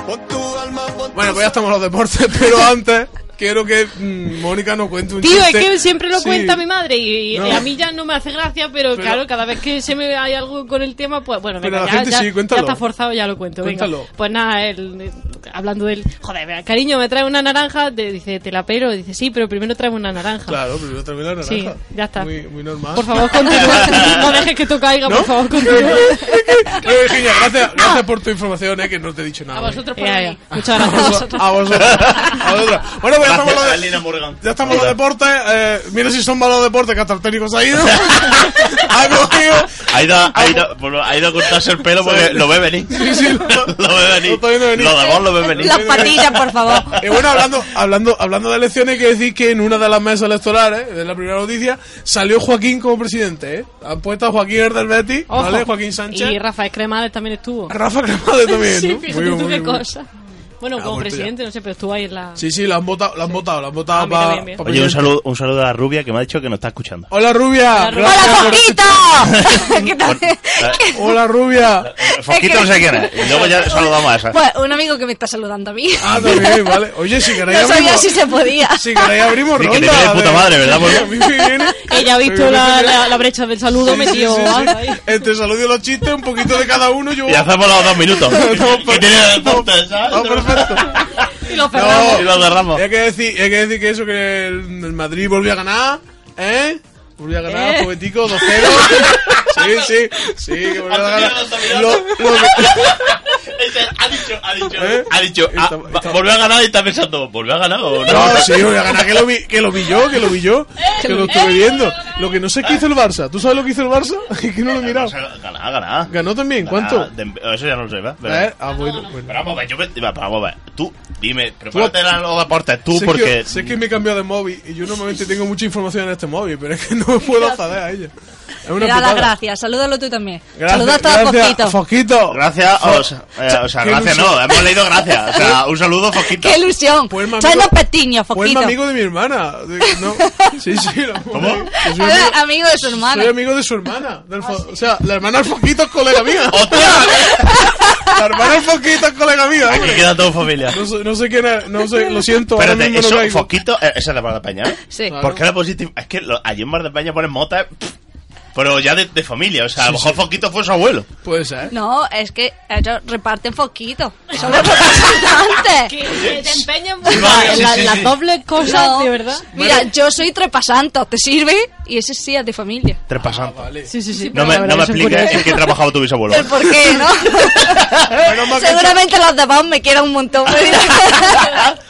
S6: Pon tu alma, pon tu
S1: Bueno, pues ya estamos en los deportes. Pero antes, quiero que mm, Mónica nos cuente un
S3: Tío, es
S1: chiste.
S3: que siempre lo
S1: Sí.
S3: cuenta mi madre y, y
S1: No.
S3: a mí ya no me hace gracia, pero,
S1: Pero-
S3: claro, cada vez que se me hay algo con el tema, pues bueno,
S1: Pero
S3: venga,
S1: la
S3: ya,
S1: gente
S3: ya-
S1: sí,
S3: ya
S1: cuéntalo.
S3: está forzado, ya lo cuento. venga.
S1: Cuéntalo.
S3: Pues nada, él, eh, hablando del... Joder, vea, cariño, me trae una naranja, te, dice, te la pero, dice, sí, pero primero trae una naranja.
S1: Claro, primero también la naranja.
S3: Sí, ya está.
S1: Muy, muy normal.
S3: Por favor, continúa. no dejes que tú caiga,
S1: ¿No?
S3: por favor, continúa.
S1: Oye, Virginia, gracias, gracias por tu información, eh, que no te he dicho nada.
S5: A vosotros por
S3: Ya,
S5: ahí.
S3: ya. Muchas gracias a vosotros.
S1: A vosotros. A vosotros. Bueno, pues ya estamos
S2: Gracias,
S1: en los
S2: Alina
S1: de-
S2: Morgan.
S1: ya estamos en los deportes. Eh, mira si son malos deportes, que hasta el técnico se ha ido. ha cogido.
S2: Ha ido, ha, ido, bueno, ha ido a cortarse el pelo porque lo ve venir.
S1: sí, lo-
S2: lo ve venir.
S1: lo está viendo venir.
S2: Lo de vos lo ve venir.
S4: Las patillas, por favor.
S1: Y bueno, hablando, hablando, hablando de elecciones, hay que decir que en una de las mesas electorales, de la primera noticia, salió Joaquín como presidente. ¿eh? Han puesto a Joaquín el del Betis,
S3: Ojo.
S1: ¿vale? Joaquín Sánchez.
S3: Y Rafael Cremades también estuvo.
S1: Rafa Cremades también.
S3: sí,
S1: ¿no?
S3: fíjate
S1: Muy bien,
S3: tú
S1: muy
S3: qué
S1: bien, muy bien.
S3: cosa. Bueno,
S1: Ah,
S3: como
S1: vuelto ya.
S3: presidente, no sé, pero estuvo ahí en la...
S1: Sí, sí, la han votado, la han votado, la han votado
S3: Ah, mira,
S1: pa-
S3: bien, bien.
S1: pa
S2: Oye, un
S1: presidente.
S2: saludo, un saludo a Rubia que me ha dicho que nos está escuchando.
S1: Hola rubia.
S3: Hola,
S4: ¡Hola,
S1: Gracias por-
S4: Fosquito! ¿Qué tal?
S1: Hola rubia.
S2: Fosquito Eh, no sé quién es. Y luego ya saludamos a esa.
S4: Pues un amigo que me está saludando a mí.
S1: Ah, también, vale. Oye, si queréis
S4: No sabía
S1: abrimos.
S4: si se podía.
S1: Si queréis abrimos
S2: Sí,
S1: ronda.
S2: que te viene de puta madre, ¿verdad,
S1: Sí,
S2: Polo?
S1: a mí me viene.
S3: Ella ha visto la, la, la brecha del saludo,
S1: Sí, sí,
S3: metió
S1: sí, sí.
S3: algo ahí.
S1: Entre saludos y los chistes, un poquito de cada uno. Yo...
S2: Y hacemos los dos minutos.
S1: Estamos
S2: Que
S1: per-
S2: tiene el
S1: estamos-
S2: deporte, ¿sabes?
S1: estamos perfecto.
S3: Y lo cerramos.
S1: No,
S2: Ah, Y lo cerramos.
S1: Hay que decir, hay que, decir que eso, que el, el Madrid volvió a ganar, ¿eh? Volvió a ganar, poquetico, 2-0. Sí, sí, sí, que volvió a ganar. Lo- lo que-
S2: Ese Ha dicho, ha dicho,
S1: ¿Eh?
S2: ha dicho, ah,
S1: Está-
S2: va-
S1: está-
S2: volvió a ganar y está pensando, ¿volvió a ganar o no?
S1: No, sí, voy a ganar, que lo vi, que lo vi yo, que lo vi yo,
S3: Eh,
S1: que lo estuve viendo. Lo que no sé es qué hizo el Barça. ¿Tú sabes lo que hizo el Barça? Es que no lo he mirado.
S2: Ganar, ganar.
S1: ¿Ganó también?
S2: Ganar.
S1: ¿Cuánto?
S2: Dem- Eso ya no lo sé, ¿verdad? Pero-
S1: ¿Eh? Ah, bueno, bueno.
S2: pero vamos a ver, yo me- vamos a ver. Tú, dime, prepárate a los deportes tú
S1: Sé
S2: porque...
S1: que, sé que me he cambiado de móvil y yo normalmente tengo mucha información en este móvil, pero es que no me puedo acceder a ella. Es una
S4: Le da
S1: putada.
S4: las gracias. Salúdalo tú también.
S1: Gracias,
S4: Saluda a todos
S1: gracias,
S4: Fosquito.
S1: Fosquito.
S2: Gracias, o sea, eh, o sea,
S1: qué
S2: gracias
S1: ilusión.
S2: no, hemos leído gracias. O sea, un saludo, Fosquito.
S4: ¡Qué ilusión!
S1: Pues, mi
S4: Soy
S1: amigo-
S4: los petiños,
S1: Fue el
S4: Fosquito.
S1: amigo de mi hermana. De- no. Sí, sí. lo-
S2: ¿Cómo?
S1: que soy
S4: Era
S1: amigo-
S4: amigo de su hermana. Ah,
S1: Soy amigo de su hermana. del fo- O sea, la hermana del Foquito es colega mía. La hermana del Foquito es colega mía,
S2: eh, Aquí
S1: hombre.
S2: queda todo familia.
S1: No sé, no sé quién es, no sé, lo siento. ahora
S2: Espérate,
S1: mismo no
S2: eso,
S1: caigo.
S2: Fosquito, eh, esa es la Mar de Peña. ¿eh?
S4: Sí.
S1: Claro.
S2: ¿Por qué la positiva? Es que lo- allí en Mar de Peña ponen mota, eh, pff, pero ya de, de familia. O sea, a lo mejor Fosquito fue su abuelo.
S1: Puede ser. Ah.
S4: No, es que ellos reparten Fosquito. Solo reparten antes.
S3: Que te empeñen
S2: sí,
S3: las
S2: sí, sí.
S3: dobles cosas,
S4: No.
S3: de verdad.
S4: Mira, yo soy trepasanta, ¿te sirve? Y ese sí es de familia.
S2: Trepasante.
S3: Sí, sí, sí.
S2: No
S3: pero
S2: me,
S3: la
S2: no
S3: verdad
S2: me
S3: que son
S2: expliques
S3: curiosas.
S2: en qué trabajaba tu bisabuelo.
S4: El por qué, ¿no? Seguramente los demás me quieran un montón.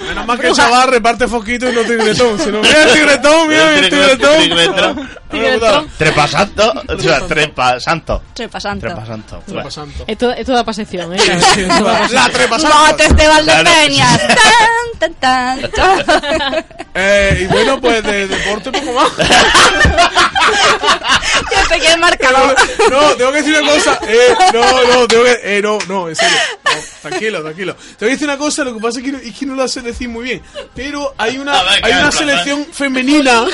S1: Menos mal que el chaval reparte foquito y no tigretón. Si no, mira el tigretón, mira el tigretón.
S2: Tigretón. Trepasanto. O sea, trepasanto.
S4: Trepasanta.
S2: Trepasanto.
S1: Trepa santo.
S3: Esto, esto da pasección, ¿eh?
S1: La trepa santo.
S4: Lotes de Valdepeñas.
S2: Claro.
S4: Tan, tan, tan.
S1: Eh, y bueno, pues de deporte poco más.
S4: Yo pegué el marcador.
S1: No, tengo que decir una cosa. Eh, no, no, tengo que. Eh, no, no, en serio. No, tranquilo, tranquilo. Tengo que decir una cosa, lo que pasa es que no, es que no la sé decir muy bien. Pero hay una,
S2: A ver, ¿eh?
S1: hay una
S2: claro,
S1: selección femenina.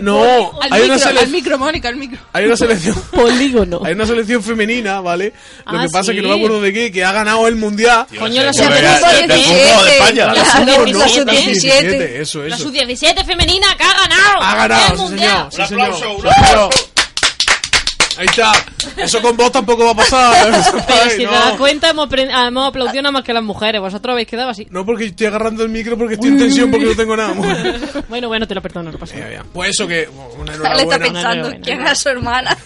S1: No,
S5: Al
S1: hay una
S5: micro, al
S1: selección.
S5: micro, Mónica, al micro.
S1: Hay una selección.
S3: Polígono.
S1: Hay una selección femenina, ¿vale? Lo
S3: Ah,
S1: que pasa es que no
S3: sí.
S1: me acuerdo de qué, que ha ganado el mundial.
S3: Coño,
S2: no
S3: lo
S2: sé,
S3: sé,
S2: de-
S3: pero
S2: de-
S3: soy
S2: de fútbol de España.
S3: La
S1: No, no,
S3: sub-17.
S1: la sub-17, Eso,
S3: La
S1: eso.
S3: sub-17 femenina que ha ganado.
S1: Ha
S3: el
S1: ganado, sí
S3: mundial.
S1: señor. sí,
S2: Un
S1: señor,
S2: aplauso,
S1: sí,
S2: un
S1: señor. Ahí está. Eso con vos tampoco va a pasar.
S3: Pero
S1: Ay,
S3: si
S1: no.
S3: te das cuenta, hemos, pre- hemos aplaudido nada más que las mujeres. Vosotros habéis quedado así.
S1: No, porque estoy agarrando el micro porque estoy en tensión porque no tengo nada. mujer.
S3: Bueno, bueno, te lo perdono, no pasa
S1: Mira,
S3: nada.
S1: mira. Pues eso que... Una
S4: Le está
S1: enhorabuena.
S4: pensando
S3: enhorabuena.
S4: quién es su hermana.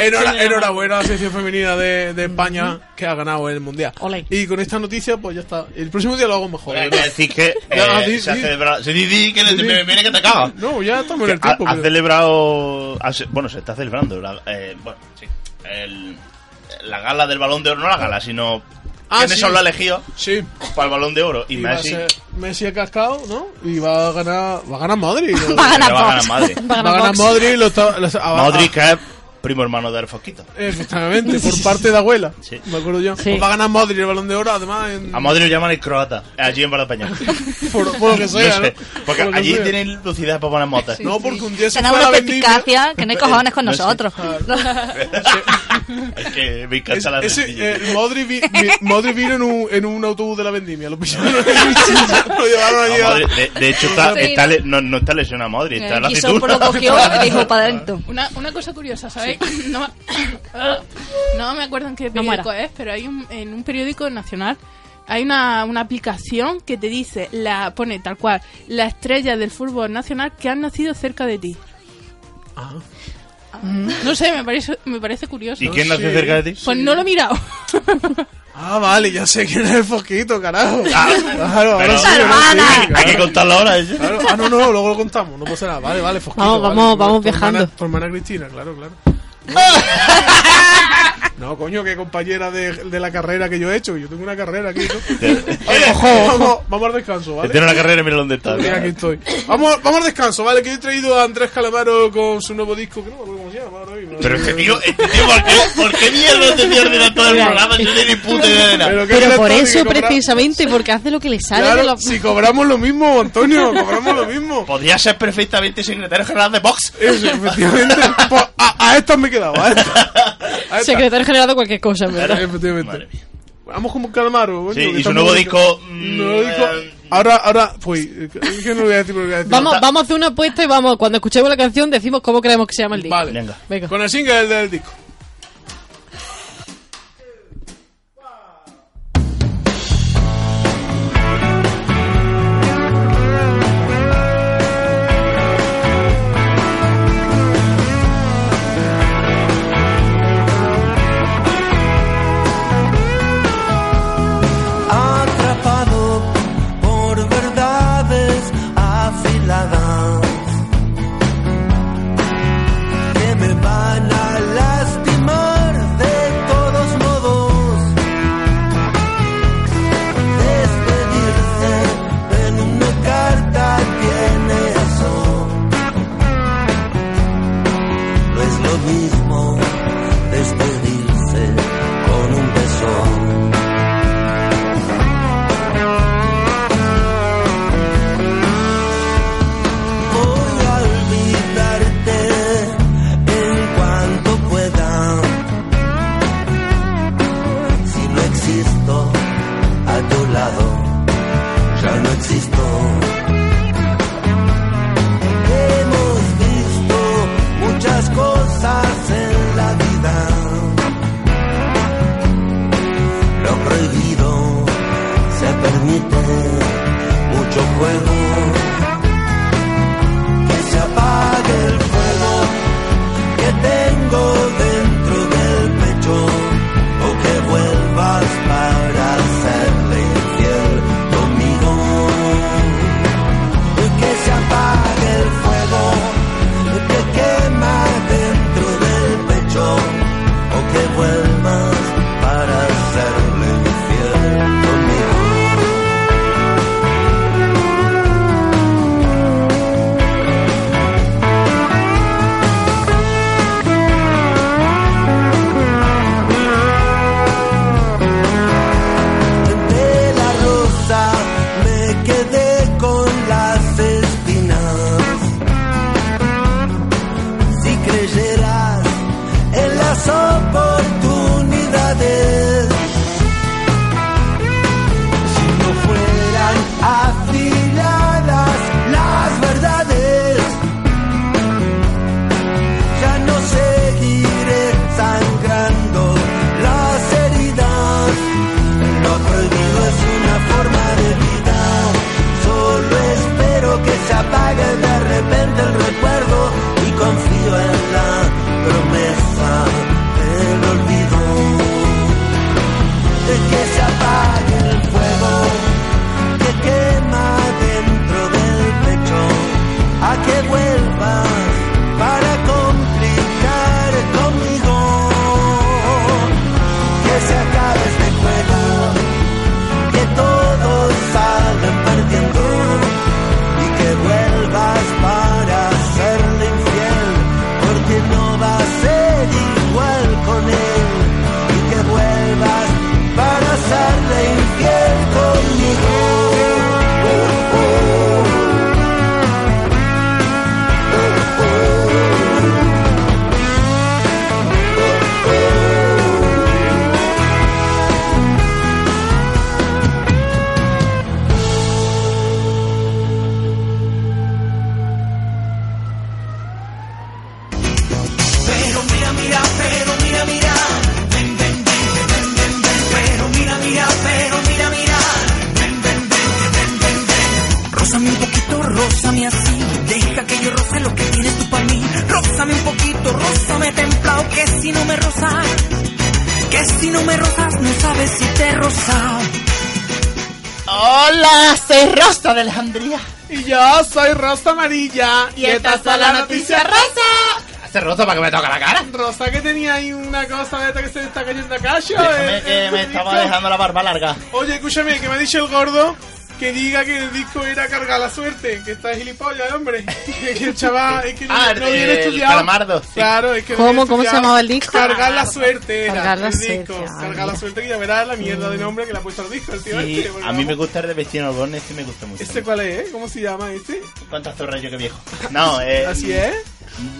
S1: Enhora- enhorabuena a la selección femenina de, de España que ha ganado el mundial.
S3: Ole.
S1: Y con esta noticia, pues ya está. El próximo día lo hago mejor.
S2: Hay
S1: ¿verdad?
S2: que decir que
S1: eh, Ya, di,
S2: eh, se ha
S1: di.
S2: celebrado. Sí, di, di, que le- me viene que te cagas.
S1: No, ya estamos en
S2: Que
S1: el tiempo.
S2: ha, ha
S1: pero-
S2: celebrado. ha se- bueno, se está celebrando. La, eh, bueno, sí. El- la gala del balón de oro, no la gala, sino.
S1: Ah,
S2: ¿Quiénes
S1: sí.
S2: son los elegidos
S1: Sí.
S2: para el balón de oro? Y
S1: Y va a
S2: Messi.
S1: ser- Messi ha cascado, ¿no? Y va a ganar, va a ganar Madrid. ¿no?
S4: Va a ganar
S2: Pero va a
S4: Vox.
S2: ganar Madrid.
S1: Va a ganar Modric, lo está, lo está- ah,
S2: Modric,
S1: ah,
S2: que es primo hermano de Fosquito.
S1: Efectivamente, por parte de abuela.
S2: Sí.
S1: Me acuerdo yo.
S3: Sí.
S1: Pues va a ganar Modric el balón de oro, además, en-
S2: A Modric lo llaman el croata, allí en Valdepeña.
S1: por, por lo que
S2: No
S1: sea.
S2: sé,
S1: ¿no?
S2: porque
S1: Por lo que
S2: allí
S1: sea.
S2: tienen lucidez para poner motas.
S1: No, porque un día se fue
S4: Tenemos
S1: a la
S4: una
S1: vendimia.
S4: perspicacia que no hay cojones con
S2: No sé.
S4: nosotros.
S2: Es que me
S1: Es-
S2: encanta la
S1: ese,
S2: sencilla.
S1: eh, Modric, vi- vi- Modric vino en un, en un autobús de la vendimia. Lo pillaron en el chicha, lo llevaron allí.
S2: No,
S1: a-
S2: Modric, de, de hecho, está,
S4: Sí.
S2: está le- no, no está lesionado Modric, está en la
S4: Quiso, pero lo
S2: cintura.
S4: cogió y dijo para adentro.
S5: Una, una cosa curiosa, ¿sabéis? No, me- no me acuerdo en qué
S3: No muera.
S5: periódico es, pero hay un, en un periódico nacional hay una, una aplicación que te dice, la pone tal cual, la estrella del fútbol nacional que han nacido cerca de ti. Ah. No sé, me parece, me parece curioso.
S2: ¿Y quién nació
S1: Sí.
S2: cerca de ti?
S5: Pues no lo he mirado.
S1: Ah, vale, ya sé quién es el fosquito, carajo.
S2: Ah,
S1: claro, ahora
S2: pero-
S1: sí, ahora sí,
S2: Hay que- Hay que
S1: claro.
S2: contarlo ahora. ¿eh?
S1: Claro, ah, no, no, luego lo contamos, no pasa nada. Vale, vale, Fosquito.
S3: Vamos,
S1: vale.
S3: vamos, vamos
S1: Tu hermana-
S3: viajando.
S1: Tu hermana Cristina, claro, claro. No, coño, que compañera de, de la carrera que yo he hecho. Yo tengo una carrera aquí. ¿no? Oye, Vamos, vamos al descanso, ¿vale?
S2: Tiene una carrera y mira dónde está.
S1: Mira, aquí estoy. Vamos, vamos al descanso, ¿vale? Que he traído a Andrés Calamaro con su nuevo disco, que no me acuerdo cómo se llama ahora mismo.
S2: Pero este tío, este tío, ¿por qué, por qué mierda este tío ordena todo el programa? Yo no tengo ni puta idea de nada.
S1: qué
S3: Pero
S1: crees
S3: por
S1: tú,
S3: eso,
S1: que cobra-
S3: precisamente, porque hace lo que le sale
S1: Claro,
S3: de los...
S1: si cobramos lo mismo, Antonio, cobramos lo mismo.
S2: Podría ser perfectamente secretario general de Vox.
S1: Eso, efectivamente. Pues, a, a estas me he quedado, a estas. A estas.
S3: Secretario general de cualquier cosa, en verdad.
S1: Efectivamente.
S2: Madre mía.
S1: Vamos como un calmaro. coño,
S2: Sí,
S1: que
S2: y su
S1: estamos-
S2: nuevo disco, mm,
S1: Nuevo disco.
S2: eh,
S1: Ahora, ahora, pues, eh, es que no lo voy a decir, pero lo voy a decir.
S3: Vamos, vamos a hacer una apuesta y vamos, cuando escuchemos la canción decimos cómo creemos que se llama el disco.
S1: Vale.
S2: Venga.
S3: Venga.
S1: Con el single del disco.
S7: atrapado por verdades afiladas que me van a lastimar.
S8: no me rozas, no sabes si te he rozado.
S2: Hola, soy Rosa de Alejandría.
S1: Y yo soy Rosa Amarilla. Y,
S2: esta es la noticia
S1: Rosa.
S2: Hace Rosa para que me toque la cara.
S1: Rosa, que tenía ahí una cosa de esta que se le está cayendo a callo.
S2: Déjame
S1: eh,
S2: que
S1: eh,
S2: me
S1: tu
S2: estaba
S1: disco.
S2: dejando la barba larga.
S1: Oye, escúchame, que me ha dicho el gordo que diga que el disco era cargar la suerte, que está gilipollas, hombre. que el chaval es que no,
S2: Ah,
S1: no viene
S2: el
S1: estudiado.
S2: Calamardo, sí.
S1: Claro, es que no
S3: ¿Cómo-
S1: viene
S3: cómo se
S1: estudiado.
S3: llamaba el disco?
S1: Cargar la suerte era
S3: Cargar la
S1: el
S3: suerte,
S1: disco.
S3: ay,
S1: Cargar la
S3: mira.
S1: suerte que ya verás la mierda de nombre que le ha puesto al disco el tío
S2: Y
S1: este. porque
S2: a mí me
S1: vamos.
S2: gusta el de Vecino Born, este me gusta mucho.
S1: ¿Este cuál es? eh? ¿Cómo se llama este?
S2: ¿Cuántas zorras yo que viejo? No, eh.
S1: Así es.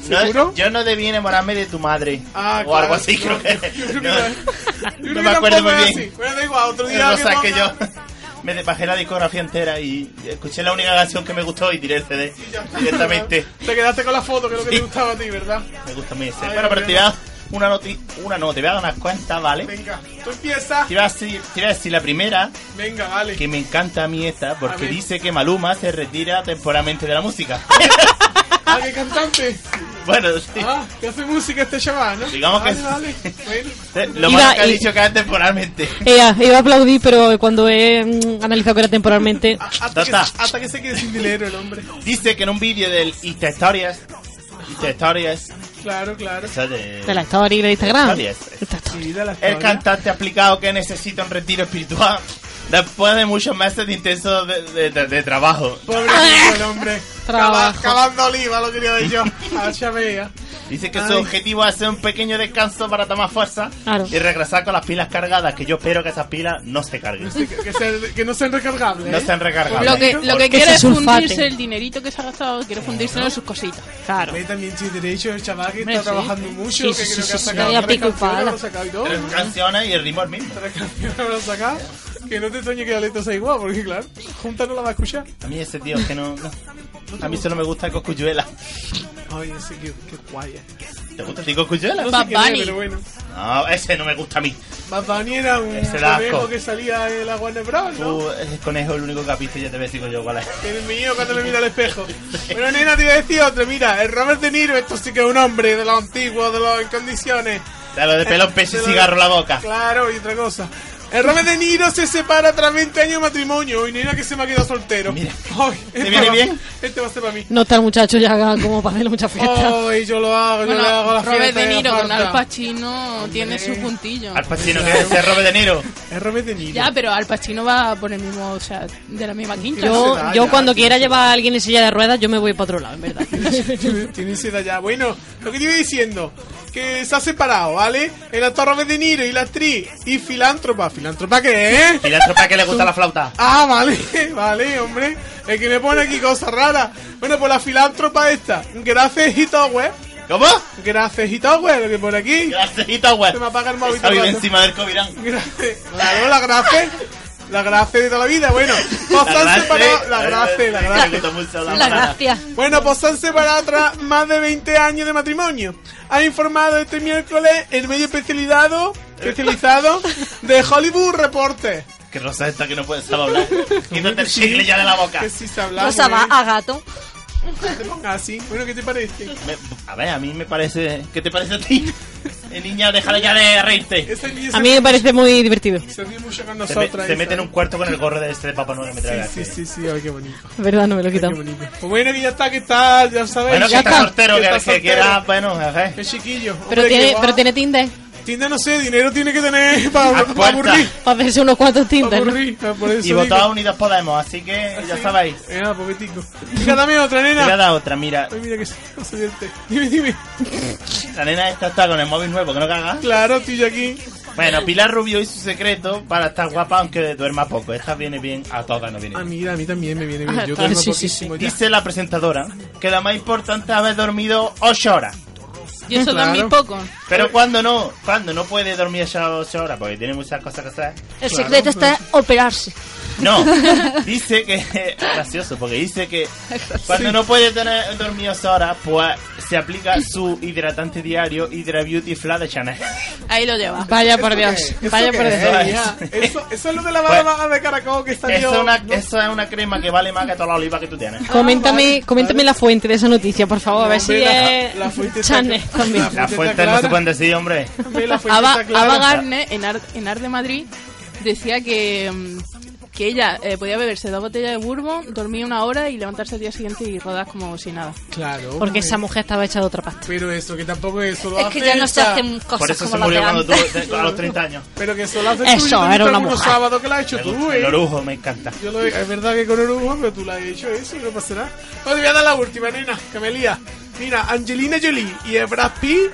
S2: no,
S1: ¿Ah, ¿Seguro?
S2: yo no debí enamorarme de tu madre.
S1: Ah,
S2: o
S1: claro.
S2: algo así, creo que.
S1: Yo creo que
S2: no.
S1: no es. Yo creo
S2: No
S1: que
S2: me acuerdo
S1: tampoco
S2: muy
S1: es
S2: bien.
S1: así. Bueno, da igual, otro
S2: Es
S1: día.
S2: cosa que yo
S1: ponga-
S2: me bajé la discografía entera y escuché la única canción que me gustó y tiré el CD
S1: Ya está,
S2: directamente.
S1: ¿verdad? Te quedaste con la foto, que es lo que
S2: Sí.
S1: te gustaba a ti, ¿verdad?
S2: Me gusta muy ese.
S1: Ay,
S2: Bueno, pero
S1: bueno.
S2: te voy a dar una noti... Una no, te voy a dar unas cuantas, ¿vale?
S1: Venga, tú empiezas.
S2: Te voy a decir, te voy a decir la primera,
S1: Venga, vale.
S2: que me encanta a mí esta, porque
S1: ver.
S2: dice que Maluma se retira temporalmente de la música.
S1: Ah, qué cantante.
S2: bueno, sí.
S1: Ah, que hace música este chaval, ¿no?
S2: Digamos
S1: vale,
S2: que-
S1: Vale, Bueno,
S2: Eh, Lo
S3: Iba-
S2: malo que ha
S3: i-
S2: dicho que es temporalmente.
S3: Ella, Eh, iba a aplaudir, pero cuando he mm, analizado que era temporalmente,
S1: a- hasta, que,
S2: Tata.
S1: hasta que se quede sin dinero el hombre.
S2: Dice que en un vídeo del Insta Stories, Insta Stories,
S1: Claro, claro.
S2: o sea, de-
S3: de la historia y de Instagram.
S2: Stories,
S3: Esta historia.
S1: Sí, de la
S2: El
S1: historia.
S2: cantante ha explicado que necesita un retiro espiritual después de muchos meses de intenso de, de- de- de trabajo.
S1: Pobre tío, el hombre. Cava-
S3: Trabajo.
S1: Cavando oliva, lo quería decir yo. Ah, ya veía.
S2: Dice que su
S1: Ay.
S2: objetivo es hacer un pequeño descanso para tomar fuerza
S3: Claro.
S2: y regresar con las pilas cargadas, que yo espero que esas pilas no se carguen.
S1: Que, que se- que no sean recargables.
S2: No
S1: ¿eh?
S2: sean recargadas.
S5: Lo que, lo que
S2: Porque-
S3: Que se
S5: quiere es
S3: sulfaten.
S5: fundirse el dinerito que se ha gastado, quiere fundírselo en sus cositas.
S3: Claro.
S1: Ve también tiene derecho el chaval que
S3: Hombre,
S1: está
S3: sí.
S1: trabajando mucho,
S3: Sí,
S1: que
S3: sí,
S1: creo
S3: sí,
S1: que ha
S3: sí,
S1: sacado
S3: sí, a
S1: tres
S3: pico y
S1: canciones,
S3: pala.
S1: lo ha sacado y todo.
S2: Tres canciones y el ritmo es el mismo.
S1: Tres canciones lo ha sacado. Que no te extrañe que la letra sea igual, porque claro, junta no la va a escuchar.
S2: A mí ese tío es que no, no. A mí solo me gusta Coscuyuela.
S1: Ay, ese que, que guay. eh.
S2: ¿Te gusta a ti Coscuyuela?
S1: No
S2: No,
S1: sé qué es,
S5: Bunny.
S1: pero bueno.
S2: ese no me gusta a mí.
S1: Bad Bunny era un
S2: Ese da asco.
S1: conejo que salía en la Warner Bros, ¿no?
S2: Tú, ese conejo, el único que has visto, ya te ves digo yo cuál es.
S1: El mío cuando le mira al espejo. Bueno, nena, te iba a decir otro. Mira, el Robert De Niro, esto sí que es un hombre de los antiguos, de los en condiciones.
S2: De lo de pelón, peso y
S1: Pero-
S2: cigarro en la boca.
S1: Claro, y otra cosa. El Robert De Niro se separa tras 20 años de matrimonio y nena que se me ha quedado soltero.
S2: Mira.
S1: Ay,
S2: ¿Te
S1: este
S2: viene
S1: va-
S2: bien?
S1: Este va a ser para mí.
S3: No está el muchacho ya como para hacerle mucha fiesta.
S1: Ay, yo lo hago, Oh, yo
S5: Bueno,
S1: le hago la
S5: Robert
S1: fiesta
S5: De
S1: que haga
S5: Niro con
S1: falta.
S5: Al Pacino tiene su puntillo.
S2: Al Pacino que es Robert De Niro.
S1: Es Robert De Niro.
S5: Ya, pero Al Pacino va por el mismo, o sea, de la misma quinta.
S3: Yo,
S1: se da,
S3: yo
S1: ya,
S3: cuando
S1: sí,
S3: quiera llevar a alguien en silla de ruedas, yo me voy para otro lado, en verdad.
S1: Tiene- Tiene esa edad ya. Bueno, lo que te iba diciendo, que se ha separado, ¿vale? El actor Robert De Niro y la actriz y filántropa. ¿Filántropa qué es?
S2: Y la tropa que le gusta la flauta.
S1: Ah, vale, vale, hombre. Es que me pone aquí cosas raras. Bueno, pues la filántropa esta. Gracias, Hitoweb.
S2: ¿Cómo?
S1: Gracias, Hitoweb, lo que pone aquí.
S2: Gracias, Hitoweb.
S1: Se me apaga el móvil
S2: Está
S1: todo el
S2: bien
S1: rato.
S2: encima del Covirán.
S1: Gracias. Claro, la gracia. La gracia de toda la vida. Bueno, pues se han separado. La gracia, la
S2: Me
S1: gracia.
S2: gusta mucho la
S4: La
S2: palabra.
S4: gracia.
S1: Bueno, pues se han separado tras más de 20 años de matrimonio. Ha informado este miércoles el medio especializado, especializado de Hollywood Reporter.
S2: Que Rosa esta que no puede saber hablar. Quítate el chicle ya de la boca.
S1: Que si se hablaba.
S4: Rosa va a gato.
S1: Así. Bueno, ¿qué te parece?
S2: Me- a ver, a mí me parece... ¿Qué te parece a ti? Eh, niña, déjala ya de reírte.
S1: Esa niña
S3: A mí me parece muy divertido.
S1: se, se ríe mucho con
S2: Se, me-
S1: nosotras.
S2: se
S1: esa.
S2: mete en un cuarto con el gorro de este de Papá Noel. Me trae gracia.
S1: Sí, sí, sí, ay, qué bonito.
S3: En verdad, no me lo he
S1: Qué
S3: quitado.
S1: bonito. Pues bueno, que ya está, que está, ya sabéis.
S2: Bueno, que
S1: ya
S2: está soltero, que, que
S1: soltero.
S2: quiera... Bueno, a ver.
S1: Qué chiquillo. Hombre,
S3: Pero
S1: que
S3: tiene,
S1: va.
S3: pero tiene Tinder.
S1: Tinder no sé, dinero tiene que tener para,
S2: Haz
S1: para aburrir.
S2: puerta.
S3: Para hacerse unos cuantos
S1: Para
S3: Tinder. ¿no?
S1: aburrir, ah, por eso.
S2: Y
S1: digo.
S2: votó a Unidos Podemos, así que ya
S1: Sí.
S2: sabéis.
S1: Eh, ah, pues vetico. Mira, dame otra,
S2: Te voy a
S1: nena.
S2: dar otra, mira.
S1: Ay, mira que saliente. Dime, dime.
S2: La nena esta está con el móvil nuevo, que no caga.
S1: Claro, tío, yo aquí.
S2: Bueno, Pilar Rubio y su secreto para estar guapa aunque duerma poco. Esta viene bien a todas, no viene
S1: Ah,
S2: bien.
S1: mira, a mí también me viene bien.
S3: Ah,
S1: Yo
S3: claro,
S1: duermo
S3: sí, sí,
S1: poquísimo ya.
S2: Dice la presentadora que lo más importante es haber dormido 8 horas.
S5: Y eso
S1: Claro.
S5: dormí poco.
S2: Pero cuando no, cuando no puede dormir esas 8 horas, porque tiene muchas cosas que hacer.
S4: El secreto está en operarse.
S2: No, dice que es gracioso, porque dice que cuando no puede tener dormir dos horas, pues se aplica su hidratante diario Hydra Beauty Flat de Chanel.
S5: Ahí lo lleva.
S3: Vaya por Dios, vaya por Dios.
S1: Eso, eso es lo de la
S2: Pues-
S1: barba de caracol que está
S2: Eso
S1: yo-
S2: es, una, eso es una crema que vale más que toda la oliva que tú tienes.
S3: Coméntame, coméntame la fuente de esa noticia, por favor, a ver si
S2: hombre, la-
S3: es
S2: la fuente está-
S3: Chanel también.
S2: Las fuentes no se pueden decir, hombre.
S1: pues,
S5: Ava, Ava Gardner, en Ar, en Ar de Madrid, decía que, mm, que ella eh, podía beberse dos botellas de bourbon, dormir una hora y levantarse al día siguiente y rodar como si nada.
S1: Claro.
S3: Porque esa mujer estaba hecha de otra pasta.
S1: Pero eso, que tampoco eso lo
S5: Es que ya no se
S1: esta-
S5: hacen cosas
S2: Por eso se murió cuando tuvo, a los 30 años.
S1: Pero que solo haces
S2: Eso,
S1: tú y yo no
S2: era una
S1: tengo unos
S2: mujer.
S1: sábados que la has hecho tú,
S2: El
S1: ¿eh?
S2: orujo me encanta.
S1: Yo lo- es verdad que con Orujo, pero tú la has hecho eso y no pasa nada. Pues te voy a dar la última, nena, que me lía. Mira, Angelina Jolie y el Brad Pitt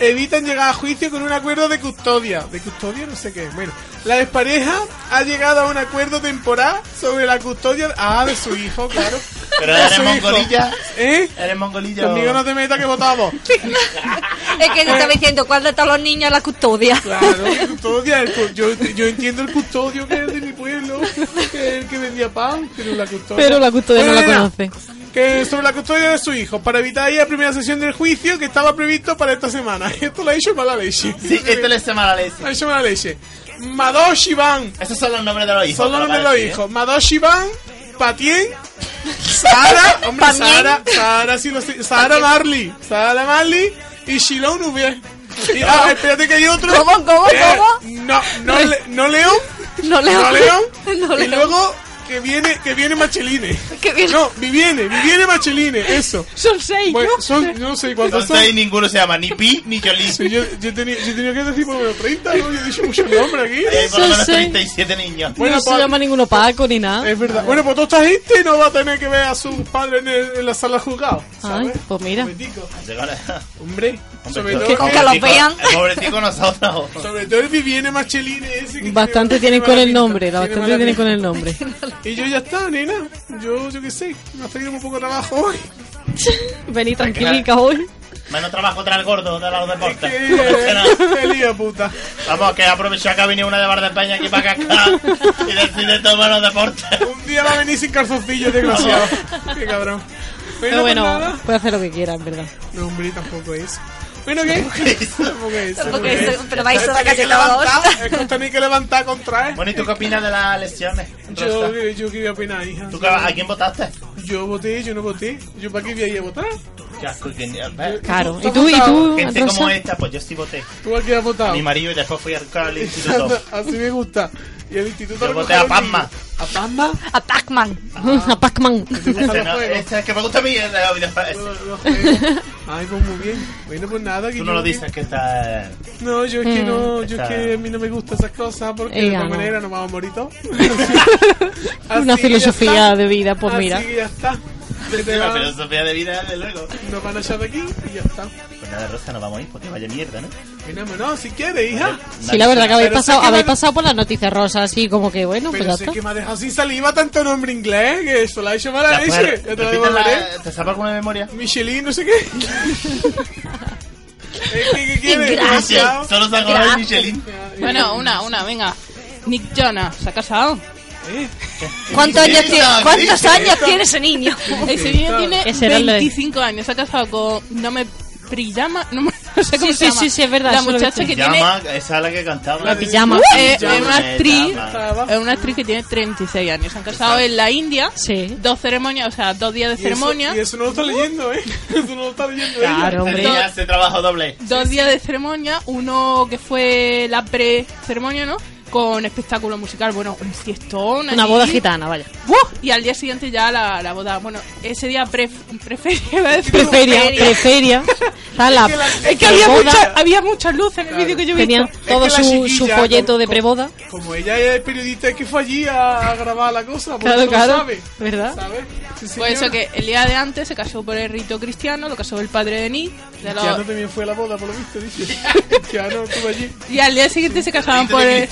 S1: evitan llegar a juicio con un acuerdo de custodia. De custodia, no sé qué. Bueno, la expareja ha llegado a un acuerdo temporal sobre la custodia ah, de su hijo, claro.
S2: Pero
S1: De
S2: eres
S1: su hijo.
S2: mongolilla.
S1: ¿Eh?
S2: Eres mongolilla.
S1: Conmigo no te metas que votamos.
S4: Es que yo estaba diciendo, ¿cuál de todos los niños la custodia?
S1: Claro, el custodia, el cu- yo, yo entiendo el custodio que es de mi pueblo, que es el que vendía pan, pero la custodia.
S3: Pero la custodia no la
S1: Bueno,
S3: conoce.
S1: que sobre la custodia de su hijo, para evitar ahí la primera sesión del juicio que estaba previsto para esta semana. Esto lo ha hecho mala leche.
S2: Sí, esto le hace mala leche.
S1: Lo ha hecho mala leche. Madoshi Ban.
S2: Esos son los nombres de los hijos.
S1: Son los
S2: pero
S1: nombres de
S2: vale,
S1: los
S2: sí,
S1: hijos. Madoshi Ban, Patien, Sara, hombre,
S2: Patien.
S1: Sara, Sara, sí lo sé, Sara Marley, Sara Marley y Shilon Ubier. Y, ah, espérate que hay otro.
S4: ¿Cómo, cómo,
S1: Eh,
S4: cómo?
S1: No, no, le- no León.
S4: No León.
S1: No León.
S4: No
S1: Y
S4: León.
S1: luego que viene, que viene Macheline. No, Viviene, Viviene Macheline, eso.
S3: Pues, Son seis,
S1: Bueno, son, no sé cuántos
S2: ¿eh? Entonces
S1: son.
S2: ahí ninguno se llama ni Pi ni Jolie.
S1: Sí, yo, yo, tenía, yo tenía que decir por lo menos 30, ¿no? Yo he dicho mucho nombre aquí.
S2: Ahí hay Eh, por lo
S3: Son
S2: menos
S3: seis.
S2: 37 niños.
S3: no se llama ninguno Paco ni nada.
S1: Es verdad. Bueno, pues toda esta gente no va a tener que ver a sus padres en, el- en la sala de juzgado.
S3: Ay,
S1: ¿sabes?
S3: pues mira.
S1: Pobretico.
S2: Llegó la-
S1: Hombre, sobre todo,
S3: Que- que los vean.
S2: El pobretico nosotros.
S1: sobre todo el Viviene Macheline ese que
S3: Bastante tienen con el nombre, la
S1: Tiene
S3: bastante
S1: mala
S3: tienen
S1: pinta.
S3: con el nombre.
S1: Y yo ya está, nena. Yo, yo qué sé, me ha traído un poco de trabajo hoy.
S3: Vení tranquilica hoy.
S2: Menos trabajo trae el gordo de los deportes.
S1: Eh, Qué lío, puta.
S2: Vamos, que aprovechó que ha venido una de Bar de Peña aquí para cascar y decide tomar los deportes.
S1: Un día va a venir sin calzoncillos, desgraciado. Qué cabrón.
S3: Pero
S1: pues
S3: bueno,
S1: nada.
S3: puede hacer lo que quiera, en verdad.
S1: No, hombre, tampoco es. Bueno, ¿qué? tampoco es.
S4: Tampoco es, pero vais a la
S1: Tenéis que
S4: calle todos.
S1: levantar, Es que os tenéis que levantar contra él.
S2: Bueno, ¿y tú qué opinas de las lesiones?
S1: Yo, eh,
S2: Rosa?
S1: yo, qué voy a opinar, hija.
S2: ¿Tú qué- ¿A quién votaste?
S1: Yo voté, yo no voté. ¿Yo para qué voy a ir a votar?
S2: Qué asco, que- ¿ves?
S3: Claro.
S1: ¿Tú
S3: ¿Y
S1: has
S3: tú, y
S1: votado?
S3: tú,
S2: Gente como
S3: Rosa?
S2: esta, pues yo sí voté.
S1: ¿Tú a qué has
S2: A
S1: votado?
S2: mi marido y después fui al, al instituto.
S1: Así me gusta. Y el instituto...
S2: Yo
S1: lo
S2: voté a
S1: cogieron
S2: Pasma.
S1: y- ¿A Pasma?
S4: A Pac-Man.
S3: A Pac-Man.
S2: Este,
S1: los
S2: no,
S1: juegos.
S2: este es que me gusta a mí. el de este. los videojuegos.
S1: Lo- lo juego. Ay, pues muy bien. Bueno, pues nada. que
S2: Tú
S1: yo
S2: no lo
S1: voté.
S2: dices que está...
S1: No, yo es que no, yo es
S2: Está-
S1: que a mí no me gustan esas cosas porque de
S3: Ella
S1: todas
S3: no.
S1: maneras nos vamos a morir todos. Así
S3: Una
S1: que ya
S3: filosofía
S1: está.
S3: de vida, pues mira.
S1: Así que ya está. Que te
S2: La
S1: va-
S2: filosofía de vida, de luego.
S1: nos van a echar de aquí y ya está.
S2: Pues nada, Rosa, nos vamos a ir porque vaya mierda, ¿no?
S1: Mira, no, si quieres, hija.
S3: Sí, la verdad que habéis
S1: Pero sé
S3: pasado,
S1: que
S3: habéis
S1: me-
S3: pasado por las noticias rosas, así como que bueno, pues ya
S1: Pero sé
S3: está.
S1: que me ha dejado sin saliva tanto nombre inglés, que eso la ha hecho mala
S2: Ya, pues, eh.
S1: leche. Ya te lo
S2: repite
S1: devolveré.
S2: la- ¿Te sabes alguna memoria?
S1: Michelin, no sé qué. Es que, ¿Qué quieres?
S4: Gracias.
S1: Chao.
S2: Solo se acordaba de Michelin.
S5: Bueno, una, una, venga. Nick Jonas, ¿se ha casado?
S1: Eh,
S4: ¿Cuántos años
S2: Sí,
S4: tiene,
S2: no,
S4: ¿cuántos
S2: sí,
S4: años tiene ese niño?
S1: Oh,
S5: Ese niño tiene
S3: Ese era el de-
S5: 25 años, se ha casado con... No me... Priyama, no, me, no sé cómo
S3: Sí,
S5: se
S3: sí,
S5: llama.
S3: sí, sí, es verdad,
S5: La
S3: eso lo he
S5: muchacha
S3: visto.
S5: que tiene...
S2: Llama, esa es la que cantaba.
S3: La pijama.
S5: Eh,
S1: Ya
S5: es,
S1: me
S5: una actriz,
S1: llama.
S5: es una actriz que tiene 36 años. Se han casado en la India.
S3: Sí.
S5: Dos ceremonias, o sea, dos días de
S1: y
S5: ceremonia.
S1: Eso, y eso no lo está leyendo, ¿eh? Eso no lo está leyendo. ella.
S3: Claro, hombre.
S2: Tenía ese trabajo doble.
S5: Dos días de ceremonia. Uno que fue la pre-ceremonia, ¿no? Con espectáculo musical. Bueno, un fiestón.
S3: Una
S5: allí.
S3: boda gitana, vaya.
S5: ¡Buah! Y al día siguiente ya la, la boda. Bueno, ese día pre, preferia. iba a decir.
S3: Preferia, preferia. Está la,
S5: Es que había,
S3: boda.
S5: mucha, había muchas luces en el vídeo que yo vi.
S3: Tenían todo
S1: Es que la
S3: su, su
S1: chiquilla,
S3: folleto
S1: como-
S3: de preboda.
S1: Como ella es periodista, es que fue allí a, a grabar la cosa. Porque
S3: Claro,
S1: eso lo
S3: claro.
S1: Sabe,
S3: ¿Verdad?
S1: ¿Sabes? Sí,
S5: Pues eso
S1: señora.
S5: que el día de antes se casó por el rito cristiano, lo casó el padre de Nick. De los-
S1: Keanu también fue a la boda, por lo visto, dice. Keanu estuvo allí.
S5: Y al día siguiente se casaron por el...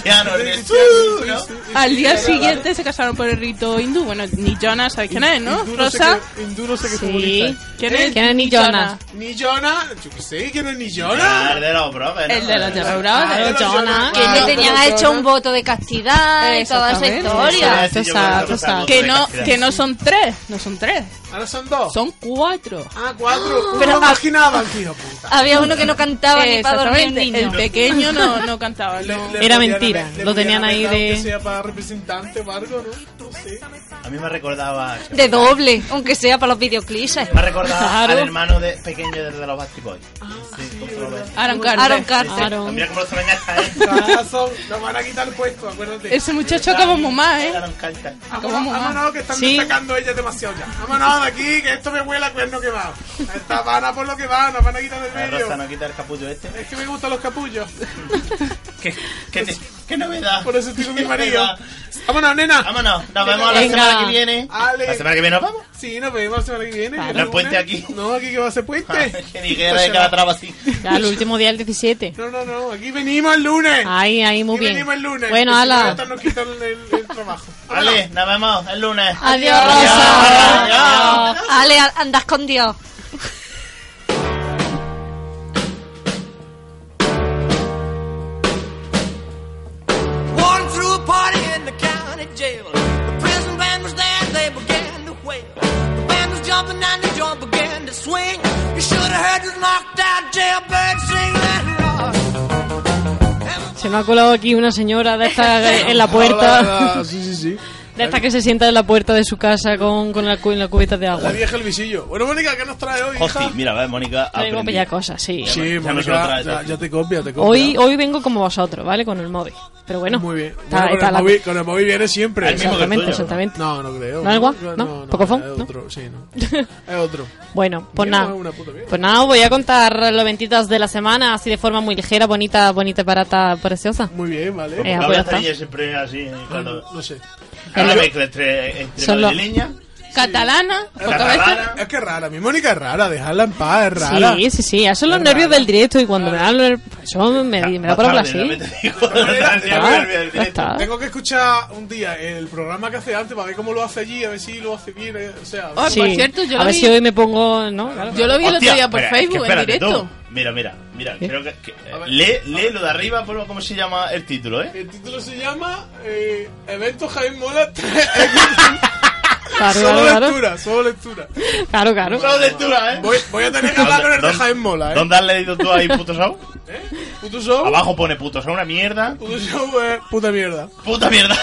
S5: Al día siguiente se casaron por el rito hindú. Bueno, ni Jonas, ¿sabes quién es, no?
S1: Hindú no sé
S5: Rosa.
S1: qué- hindú no sé qué
S5: Sí.
S1: futbolista.
S5: ¿Quién es? ¿Quién es
S1: Ni
S5: Nick Jonas?
S1: Ni Jonas, yo qué sé, ¿quién es Ni Jonas?
S2: El de los brothers.
S5: El de los Jonas Brothers,
S1: Ah, de los Jonas
S5: Jonas.
S4: Que le
S1: Brothers.
S4: tenían hecho un voto de castidad y toda esa
S5: Exactamente.
S4: historia.
S5: Exacto, exacto, exacto. Que no, que no son tres, no son tres.
S1: Ahora son dos.
S5: Son cuatro.
S1: Ah, cuatro.
S4: Pero
S1: Pero
S4: a-
S1: imaginaban, tío. puta.
S4: Había uno que no cantaba ni para dormir un
S5: Exactamente.
S4: niño.
S5: El pequeño no, no cantaba.
S1: Le-
S5: no.
S1: le
S3: Era
S1: podían
S3: mentira,
S1: haber- le
S3: lo
S1: podían
S3: tenían
S1: haber
S3: ahí
S1: dado que
S3: de-
S1: sea para representante o algo, ¿no? No sé.
S2: A mí me recordaba.
S4: De doble, aunque sea para los videoclips.
S2: Me recordaba
S3: Claro.
S2: al hermano de, pequeño de, de los Basti Boys.
S5: Ah,
S2: Sí, ¿cómo se lo ves?
S5: Aaron Carter.
S4: Aaron Carter.
S3: Claro.
S2: Mira cómo lo traen hasta él.
S1: Ah, son- Nos van a quitar el puesto, acuérdate.
S5: Ese muchacho acabó muy mal, ¿eh?
S2: Aaron Carter.
S5: Acabó
S1: Vámonos,
S5: muy mal.
S1: vámonos, que están
S3: Sí.
S1: destacando ellas demasiado ya. Vámonos de aquí, que esto me huele a cuerno que va. Esta van a por lo que va, nos van a quitar el
S2: Eh,
S1: medio.
S2: Rosa, no quita el capullo este.
S1: Es que me gustan los capullos.
S2: ¿Qué, qué, te- qué novedad?
S1: Por eso estoy con mi marido. Vámonos, nena.
S2: Vámonos, nos vemos la
S3: Venga.
S2: semana que viene.
S1: Ale.
S2: La semana que viene nos vamos.
S1: Sí, nos vemos la semana que viene.
S2: Ah,
S1: el
S2: no es puente
S1: lunes.
S2: aquí. Ah,
S1: No, aquí que va a ser puente.
S2: que ni que era de Calatrava así.
S3: Ya, el último día, el 17.
S1: No, no, no, aquí venimos el lunes.
S3: Ahí, ahí, muy
S1: aquí
S3: Ah, bien.
S1: venimos el lunes.
S3: Bueno,
S1: que si no,
S3: ala.
S1: hasta nos quitan el, el trabajo.
S2: Ale, nos vemos el lunes.
S4: Adiós,
S2: Rosa.
S4: Rosa. Ale, a- andas con Dios.
S9: One threw a party in the county jail. The prison band was there, they began to wail. The band was jumping and the joint began to swing. You should have heard this knocked out jailbird sing that rock.
S3: Se me ha colado aquí una señora de esta en la puerta.
S1: sí, sí, sí.
S3: De esta que se sienta en la puerta de su casa con, con la, cu- en la cubeta de
S1: La
S3: agua.
S1: vieja el visillo. Bueno, Mónica, ¿qué nos trae hoy? hija?
S2: Hosti, mira, va, Mónica.
S3: Traigo
S2: aprendí.
S3: bella cosas, sí.
S1: Sí,
S2: Ya me
S1: Mónica,
S2: lo traes,
S1: ya,
S2: eh.
S1: ya te copia, te copia.
S3: Hoy, hoy vengo como vosotros, ¿vale? Con el móvil. Pero bueno.
S1: Muy bien.
S3: Está,
S1: Bueno,
S3: está
S1: con,
S3: la-
S1: el móvil, con el móvil viene siempre.
S2: El mismo que el tuyo,
S3: Exactamente,
S2: ¿no?
S3: exactamente.
S1: No, no creo.
S3: ¿No es igual?
S1: No,
S3: ¿No? ¿Pocofón?
S1: Es
S3: ¿No?
S1: otro, sí, no. Es otro.
S3: Bueno, pues
S1: Mierda,
S3: nada.
S1: una puta mierda.
S3: Pues nada, os voy a contar los ventitas de la semana, así de forma muy ligera, bonita, bonita, barata, preciosa.
S1: Muy bien, vale.
S3: Eh,
S2: Habla
S3: pues
S2: hasta
S3: está.
S2: ella siempre así.
S1: no,
S2: Cuando...
S1: no sé.
S2: Ahora mezcla entre, entre
S3: Son
S2: lo de
S3: los-
S2: leña,
S5: Catalana, porque a veces
S2: catalana.
S1: Es que es rara. Mi Mónica es rara. Dejarla en paz es rara.
S3: Sí, sí, sí. Esos son los
S1: Es
S3: nervios
S1: rara.
S3: del directo y cuando me dan los... Eso me, me da por hablar así. Ah, ya está.
S1: Tengo que escuchar un día el programa que hace antes para ver cómo lo hace allí, a ver si lo hace bien. eh, O sea,
S5: Ah,
S3: Sí.
S5: por cierto, yo
S3: a
S5: lo
S3: ver
S5: vi.
S3: si hoy me pongo... ¿no? Claro.
S5: yo lo vi el otro
S2: Hostia,
S5: día por
S2: espera,
S5: Facebook
S2: es que
S5: en
S2: espérate,
S5: directo.
S2: tú. Mira, mira, mira,
S3: ¿Qué?
S2: creo que, que-
S1: A ver.
S2: lee, lee lo de arriba, por cómo se llama el título, ¿eh?
S1: el título se llama eh, Evento Jaime Mola.
S3: Claro,
S1: solo
S3: claro, claro.
S1: lectura, solo lectura.
S3: Claro, claro.
S2: Solo lectura, ¿eh?
S1: Voy, voy a tener que hablar con el de Jaime Mola, ¿eh?
S2: ¿Dónde has leído tú ahí, puto show?
S1: ¿Eh? Puto show.
S2: Abajo pone puto show, una mierda.
S1: Puto show es puta mierda.
S2: Puta mierda.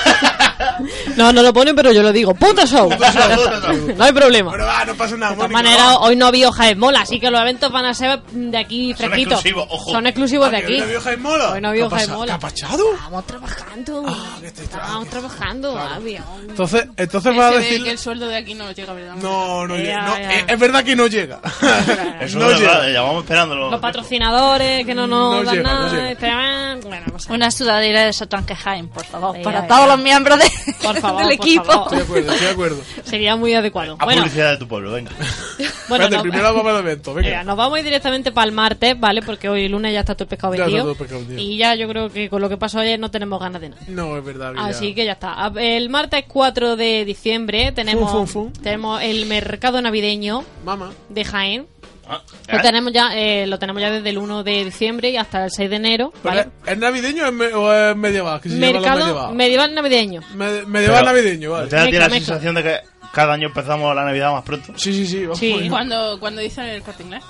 S3: No, no lo ponen, pero yo lo digo. ¡Puto show!
S2: Puto show, puto show.
S3: No hay problema.
S1: Bueno, va, no pasa nada,
S3: De todas
S1: Mónica.
S3: maneras,
S1: va.
S3: hoy no había hoja de mola, así que los eventos van a ser de aquí fresquitos.
S2: exclusivos, ojo.
S3: Son exclusivos de
S1: Ah, ¿Que
S3: aquí.
S1: no vio Jaime Mola?
S3: Hoy no vio
S1: ¿Te ha
S3: Jaime
S1: pasa-
S3: Mola. Ah,
S1: ¿Te ha Ah, pachado?
S3: Estamos trabajando.
S1: que estoy
S3: Estamos trabajando, avión.
S1: Entonces, entonces
S5: Se
S1: va a
S5: ve
S1: decir...
S5: que el sueldo de aquí no llega, ¿verdad?
S1: No, no
S3: Ya,
S1: llega. No,
S3: ya.
S1: eh, es verdad que no llega.
S2: Eso
S1: no
S2: es verdad,
S1: llega.
S2: ya vamos esperándolo.
S3: Los patrocinadores que no nos
S1: No
S3: dan
S1: llega, no
S3: nada.
S1: llega.
S3: esperan. Bueno, pues,
S4: Una sudadera de Sotankeheim, por favor.
S3: Venga,
S4: para
S3: venga.
S4: todos los miembros de-
S3: Por favor,
S4: del
S3: por
S4: equipo.
S3: favor.
S1: Estoy de acuerdo, estoy de acuerdo.
S3: sería muy adecuado.
S2: A
S3: bueno,
S2: publicidad de tu pueblo, venga.
S3: bueno
S1: Ah, Espérate,
S3: no-
S1: primero vamos al evento,
S3: Venga,
S1: venga.
S3: nos vamos a ir directamente para el martes, ¿vale? Porque hoy lunes ya está todo el pescado
S1: Ya está
S3: vendido.
S1: todo el pescado vendido.
S3: Y ya yo creo que con lo que pasó ayer no tenemos ganas de nada.
S1: No, es verdad. ya.
S3: Así que ya está. A- El martes 4 de diciembre tenemos,
S1: Fun, fun, fun.
S3: tenemos el mercado navideño
S1: Mamá.
S3: de Jaén.
S2: Ah,
S3: Lo
S2: ¿eh?
S3: tenemos ya, eh, lo tenemos ya desde el 1 de diciembre y hasta el 6 de enero,
S1: ¿Pero
S3: ¿vale?
S1: ¿Es navideño o es, me- o es medieval? Que se llama la
S3: Mercado
S1: medieval.
S3: medieval navideño.
S1: Me- medieval
S2: Pero-
S1: navideño, vale.
S2: ¿Usted tiene la
S3: Mezcla, mezcla.
S2: sensación de que cada año empezamos la Navidad más pronto?
S1: Sí, sí, sí. vamos
S3: Sí.
S1: por ahí.
S5: Cuando, cuando dicen el corte inglés.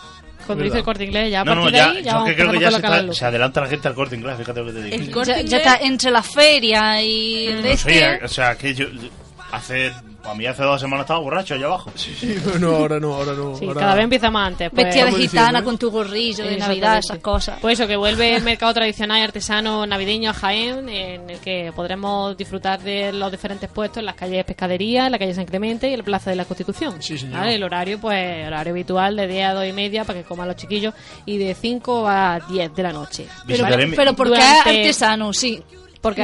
S1: Verdad.
S3: Cuando dice el corte inglés, ya a
S2: no,
S3: partir
S2: no,
S3: de
S2: ya,
S3: ahí
S2: yo
S3: ya vamos
S2: es que creo que ya
S3: empezando
S2: se,
S3: con la
S2: está-
S3: cara
S2: se adelanta la gente al corte inglés, fíjate lo que te digo.
S5: El corte
S4: Ya, ya
S5: inglés.
S4: está entre la feria y el
S2: No
S4: este.
S2: sé, o sea, que yo, yo- hace, a mí hace dos semanas estaba borracho allá abajo.
S1: Sí, pero no, ahora no, ahora no.
S3: Sí,
S1: ahora-
S3: cada vez empieza más antes. pues.
S4: Vestida de
S1: Estamos
S4: gitana
S1: diciendo, ¿eh?
S4: con tu gorrillo de
S3: Exactamente.
S4: Navidad, esas cosas.
S3: Pues eso, que vuelve el mercado tradicional y artesano navideño a Jaén, en el que podremos disfrutar de los diferentes puestos en las calles Pescadería, en la calle San Clemente y en la Plaza de la Constitución.
S1: Sí, señor.
S3: ¿Vale? El horario, pues, horario habitual de 10 a 2 y media para que coman los chiquillos y de 5 a 10 de la noche.
S4: Pero,
S2: Visitaré mi-
S4: pero porque
S3: Durante-
S4: es artesano, sí.
S3: Porque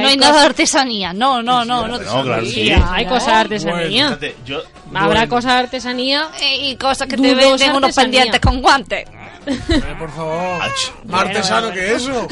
S4: Porque no
S3: hay
S4: hay
S3: cosas-
S4: nada de artesanía. No, no, no. no.
S2: No, claro,
S3: Sí,
S2: sí.
S3: hay cosas de artesanía.
S2: Fíjate, yo,
S3: Habrá cosas de artesanía
S4: Y cosas que te
S3: Dudosa
S4: venden unos
S3: artesanía.
S4: pendientes con guantes.
S1: Eh, por favor. Más artesano que eso.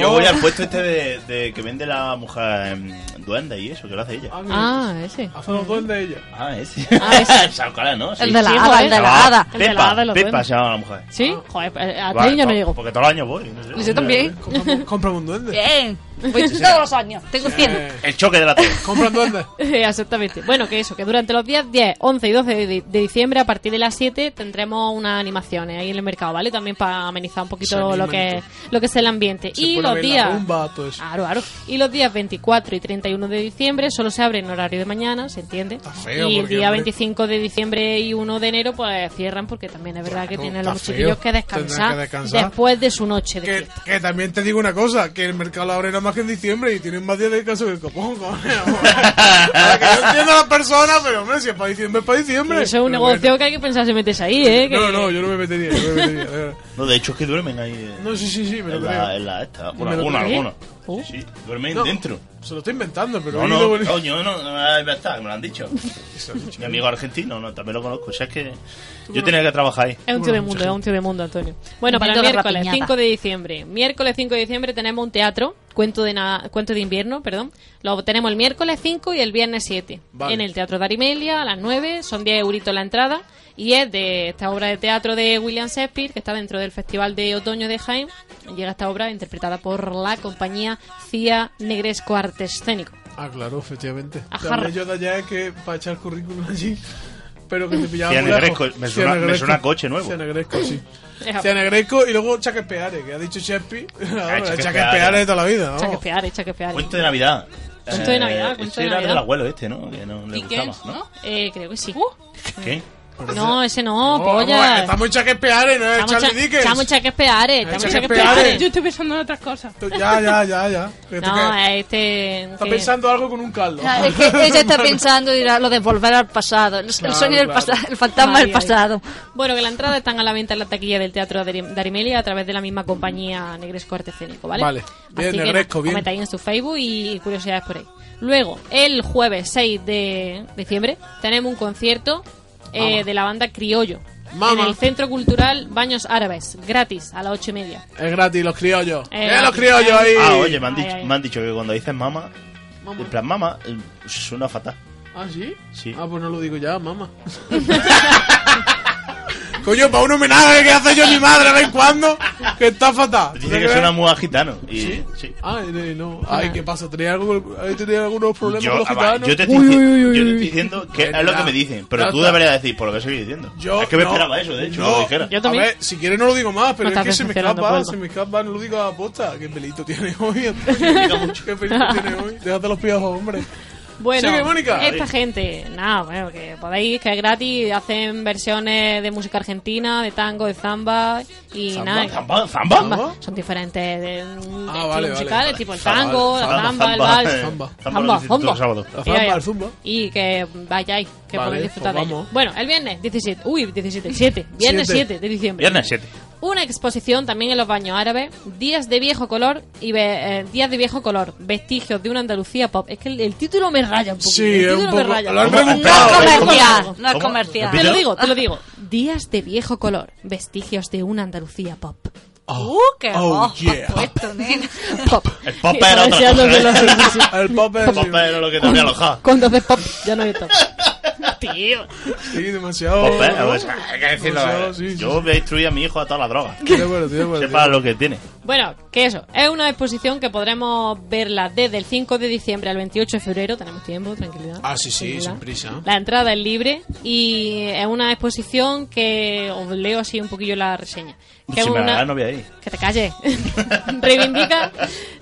S2: Yo voy al puesto este de, de que vende la mujer em, duende y eso, que lo hace ella.
S3: Ah, ese.
S1: Hace los duendes ella.
S2: Ah, ese.
S3: Ah, ese.
S2: Sacará, ¿no?
S3: El de la Sí, hada, joder. el de la
S2: Ah,
S3: hada. El de la
S2: Pepa,
S3: hada, los
S2: Pepa
S3: duendes.
S2: se llama la mujer.
S3: ¿Sí? Joder, eh, a
S2: Vale,
S3: ti yo no
S2: to-
S3: llego.
S2: Porque todos los años voy. no sé.
S4: Yo también.
S1: Compra un duende.
S4: Bien. Voy todos los años. Tengo 100.
S2: El choque de la tele.
S1: Compra duendes.
S3: Eh, Exactamente. Bueno, que eso, que durante los días 10, 11 y 12 de, de diciembre, a partir de las 7, tendremos unas animaciones ahí en el mercado, ¿vale? También para amenizar un poquito
S1: Se
S3: lo
S1: animan y
S3: que,
S1: todo.
S3: lo que es el ambiente.
S1: Se
S3: y
S1: pone a
S3: los
S1: ver la
S3: días.
S1: rumba, todo eso.
S3: Aro, aro. Y los días 24 y 31 de diciembre solo se abre en horario de mañana, ¿se entiende?
S1: feo,
S3: y el
S1: porque,
S3: día
S1: hombre.
S3: 25 de diciembre y 1 de enero, pues cierran porque también es verdad que
S1: Claro,
S3: tienen
S1: está
S3: los
S1: feo.
S3: chiquillos que
S1: Tendrán
S3: descansar,
S1: que descansar.
S3: después de su noche de
S1: Que,
S3: fiesta.
S1: que también te digo una cosa, que el mercado lo abre nada más que en diciembre y tienen más días de descanso que el copón, cojones. Que yo entiendo a las personas, pero hombre, si es para diciembre, es para diciembre.
S3: Eso es un
S1: Pero
S3: negocio que hay que pensar si metes ahí, ¿eh? Que-
S1: No, no, yo no me metería, yo no me metería. de verdad.
S2: No, de hecho es que duermen ahí. eh,
S1: No, sí, sí, sí, me lo
S2: en, la,
S1: creo.
S2: en la esta.
S1: ¿Me
S2: Bueno,
S1: lo
S2: alguna,
S1: crees?
S2: alguna.
S3: Oh.
S2: Sí, duermen
S1: No.
S2: dentro.
S1: Se lo estoy inventando, pero
S2: No,
S1: he
S2: no,
S1: oído buen-
S2: coño, no, no, es verdad, me lo han dicho.
S1: Se lo he dicho.
S2: Mi amigo argentino, no, también lo conozco. O sea, es que yo tenía que trabajar ahí.
S3: Es un tío de mundo, es un tío de mundo, Antonio. Bueno, para el
S4: Invito la
S3: miércoles
S4: rapiñata.
S3: 5 de diciembre. Miércoles 5 de diciembre tenemos un teatro, cuento de na- cuento de invierno, perdón. Lo tenemos el miércoles 5 y el viernes 7.
S1: Vale.
S3: En el Teatro de Arimelia, a las 9, son 10 euritos la entrada. Y es de esta obra de teatro de William Shakespeare, que está dentro del Festival de Otoño de Jaén. Llega esta obra interpretada por la compañía CIA Negresco Arte Escénico.
S1: Ah, claro, efectivamente.
S3: Ajá.
S1: Lo yo de allá es que para echar currículum allí, pero que te pillaba
S2: Cian
S1: muy lejos.
S2: Negresco, me
S1: Cian
S2: suena- me
S1: Negresco.
S2: suena a coche nuevo.
S1: Cian Negresco, sí.
S3: Eja.
S1: Cianegresco y luego Chaquespeare, que ha dicho Shakespeare. Ahora,
S2: Chaquespeare.
S1: Chaquespeare de toda la
S3: Oh.
S1: vida. vamos.
S3: Chaquepeare, chaquepeare.
S2: Cuento de Navidad.
S3: Cuento de Navidad, cuento
S2: este
S3: de
S2: era
S3: Navidad.
S2: del abuelo este, ¿no? Que no le
S5: ¿Y qué
S2: gustaba,
S5: es,
S2: ¿no?
S5: no?
S3: Eh, creo que sí.
S2: ¿Qué?
S3: no, ese no,
S1: Oh, vamos,
S3: polla.
S1: Estamos en Chaquespeare, no es
S3: Estamos
S1: Charlie
S3: cha-
S1: Dickens.
S3: estamos chaquespeares, estamos
S1: Chaquespeares.
S3: chaquespeares.
S5: Yo estoy pensando en otras cosas.
S1: Tú- Ya, ya, ya, ya. Esto
S3: No,
S1: que-
S3: este.
S1: Está
S3: que-
S1: pensando algo con un caldo.
S4: Ah, Es que ella está pensando dirá, lo de volver al pasado, el, el
S1: Claro,
S4: sueño del
S1: claro.
S4: pasado, el fantasma
S3: Ahí,
S4: del
S3: ahí.
S4: pasado.
S3: Bueno, que la entrada están a la venta en la taquilla del Teatro de Arim- de Arimelia a través de la misma compañía Negresco Arte Escénico, ¿vale?
S1: Vale. Bien,
S3: Así que
S1: Negresco,
S3: nada,
S1: bien.
S3: comentad ahí en su Facebook y curiosidades por ahí. Luego, el jueves 6 de diciembre, tenemos un concierto eh, de la banda Criollo.
S1: Vamos.
S3: En el Centro Cultural Baños Árabes, gratis, a las ocho y media.
S1: Es gratis, los criollos.
S3: Eh,
S1: ¡Eh, los
S3: gratis.
S1: criollos ahí!
S2: Ah, oye, me han,
S3: Ay,
S2: dicho,
S3: ay.
S2: me han dicho que cuando dices mama,
S1: Mamá.
S2: en plan mama, eh, suena fatal.
S1: ¿Ah, sí?
S2: Sí.
S1: Ah, pues no lo digo ya, mamá. Coño, para un homenaje que hace yo a mi madre de vez en cuando, que está fatal.
S2: Dice que suena muy a gitano. Y,
S1: ¿Sí?
S2: sí.
S1: Ay, no, no. Ay, ¿qué pasa? ¿Tenía, algo, ahí tenía algunos problemas
S2: Yo,
S1: con los
S2: ah, va,
S1: gitanos?
S2: yo te estoy, dici- yo te estoy diciendo que
S1: Venga.
S2: es lo que me dicen, pero
S1: Ya
S2: tú
S1: está.
S2: deberías decir por lo que estoy diciendo.
S1: Yo
S2: es que me
S1: no.
S2: esperaba eso, de hecho,
S1: No.
S2: que lo dijera.
S3: Yo también.
S1: A ver, si quieres no lo digo más, pero
S3: No
S1: es que
S3: estás
S1: se me
S3: cancelando,
S1: escapa,
S3: Pablo.
S1: se me escapa, no lo digo a posta. Qué pelito tiene hoy. Qué pelito tiene hoy. Déjate los pies, hombre.
S3: Bueno,
S1: Sigue, Mónica.
S3: esta gente, nada, bueno, que podéis, que es gratis, hacen versiones de música argentina, de tango, de zamba y nada.
S2: ¿Zamba? ¿Zamba?
S3: Zamba. Son diferentes de,
S1: Ah,
S3: mm, estilos
S1: vale, vale,
S3: musicales,
S1: vale.
S3: tipo el
S2: Zamba,
S3: tango,
S2: vale.
S3: la zamba, el vals.
S1: Zamba.
S2: eh, Zamba lo
S3: Zamba,
S2: dice todos los
S3: zamba.
S2: sábados.
S1: La
S3: Mira,
S1: zamba,
S3: ya.
S1: el zumba.
S3: Y que vayáis, que
S1: Vale,
S3: podéis disfrutar
S1: pues
S3: de ello.
S1: vamos.
S3: Bueno, el viernes 17, uy, 17, 7, viernes
S1: Siete.
S3: 7 de diciembre.
S2: Viernes 7.
S3: Una exposición también en los baños árabes, días de viejo color y ve- eh, días de viejo color, vestigios de una Andalucía pop. Es que el, el título me raya un poco.
S1: Sí,
S3: el
S1: es
S3: título
S1: un poco-
S3: me raya.
S1: lo han
S2: ¿Cómo?
S1: rebuscado.
S2: ¿Cómo?
S4: No es comercial,
S2: ¿Cómo?
S4: no es
S2: ¿Cómo?
S4: comercial.
S3: Te
S2: Repítelo.
S3: lo digo, te lo digo. Días de viejo color, vestigios de una Andalucía pop.
S1: Oh.
S3: Ah.
S4: Uh, qué
S1: Oh,
S4: oh,
S1: yeah.
S4: puesto, nena.
S3: Pop.
S2: El pop era otra cosa, ¿eh?
S1: El pop es...
S2: El pop era lo que te había alojado.
S3: Con dos de pop, ya no hay top. Tío.
S1: Sí, demasiado...
S2: Pop, eh, pues, hay que decirlo,
S1: Demasiado,
S2: eh.
S1: sí, sí, sí.
S2: Yo voy a instruir a mi hijo a todas las drogas.
S1: Estoy de acuerdo, estoy de acuerdo.
S2: Sepa lo que tiene.
S3: Bueno, que eso. Es una exposición que podremos verla desde el 5 de diciembre al 28 de febrero. Tenemos tiempo, tranquilidad.
S1: Ah, sí, sí,
S3: Tranquilidad.
S1: sin prisa.
S3: La entrada es libre y es una exposición que os leo así un poquillo la reseña. Que es
S2: Si me
S3: una-
S2: la no voy a ir.
S3: que te calles. reivindica,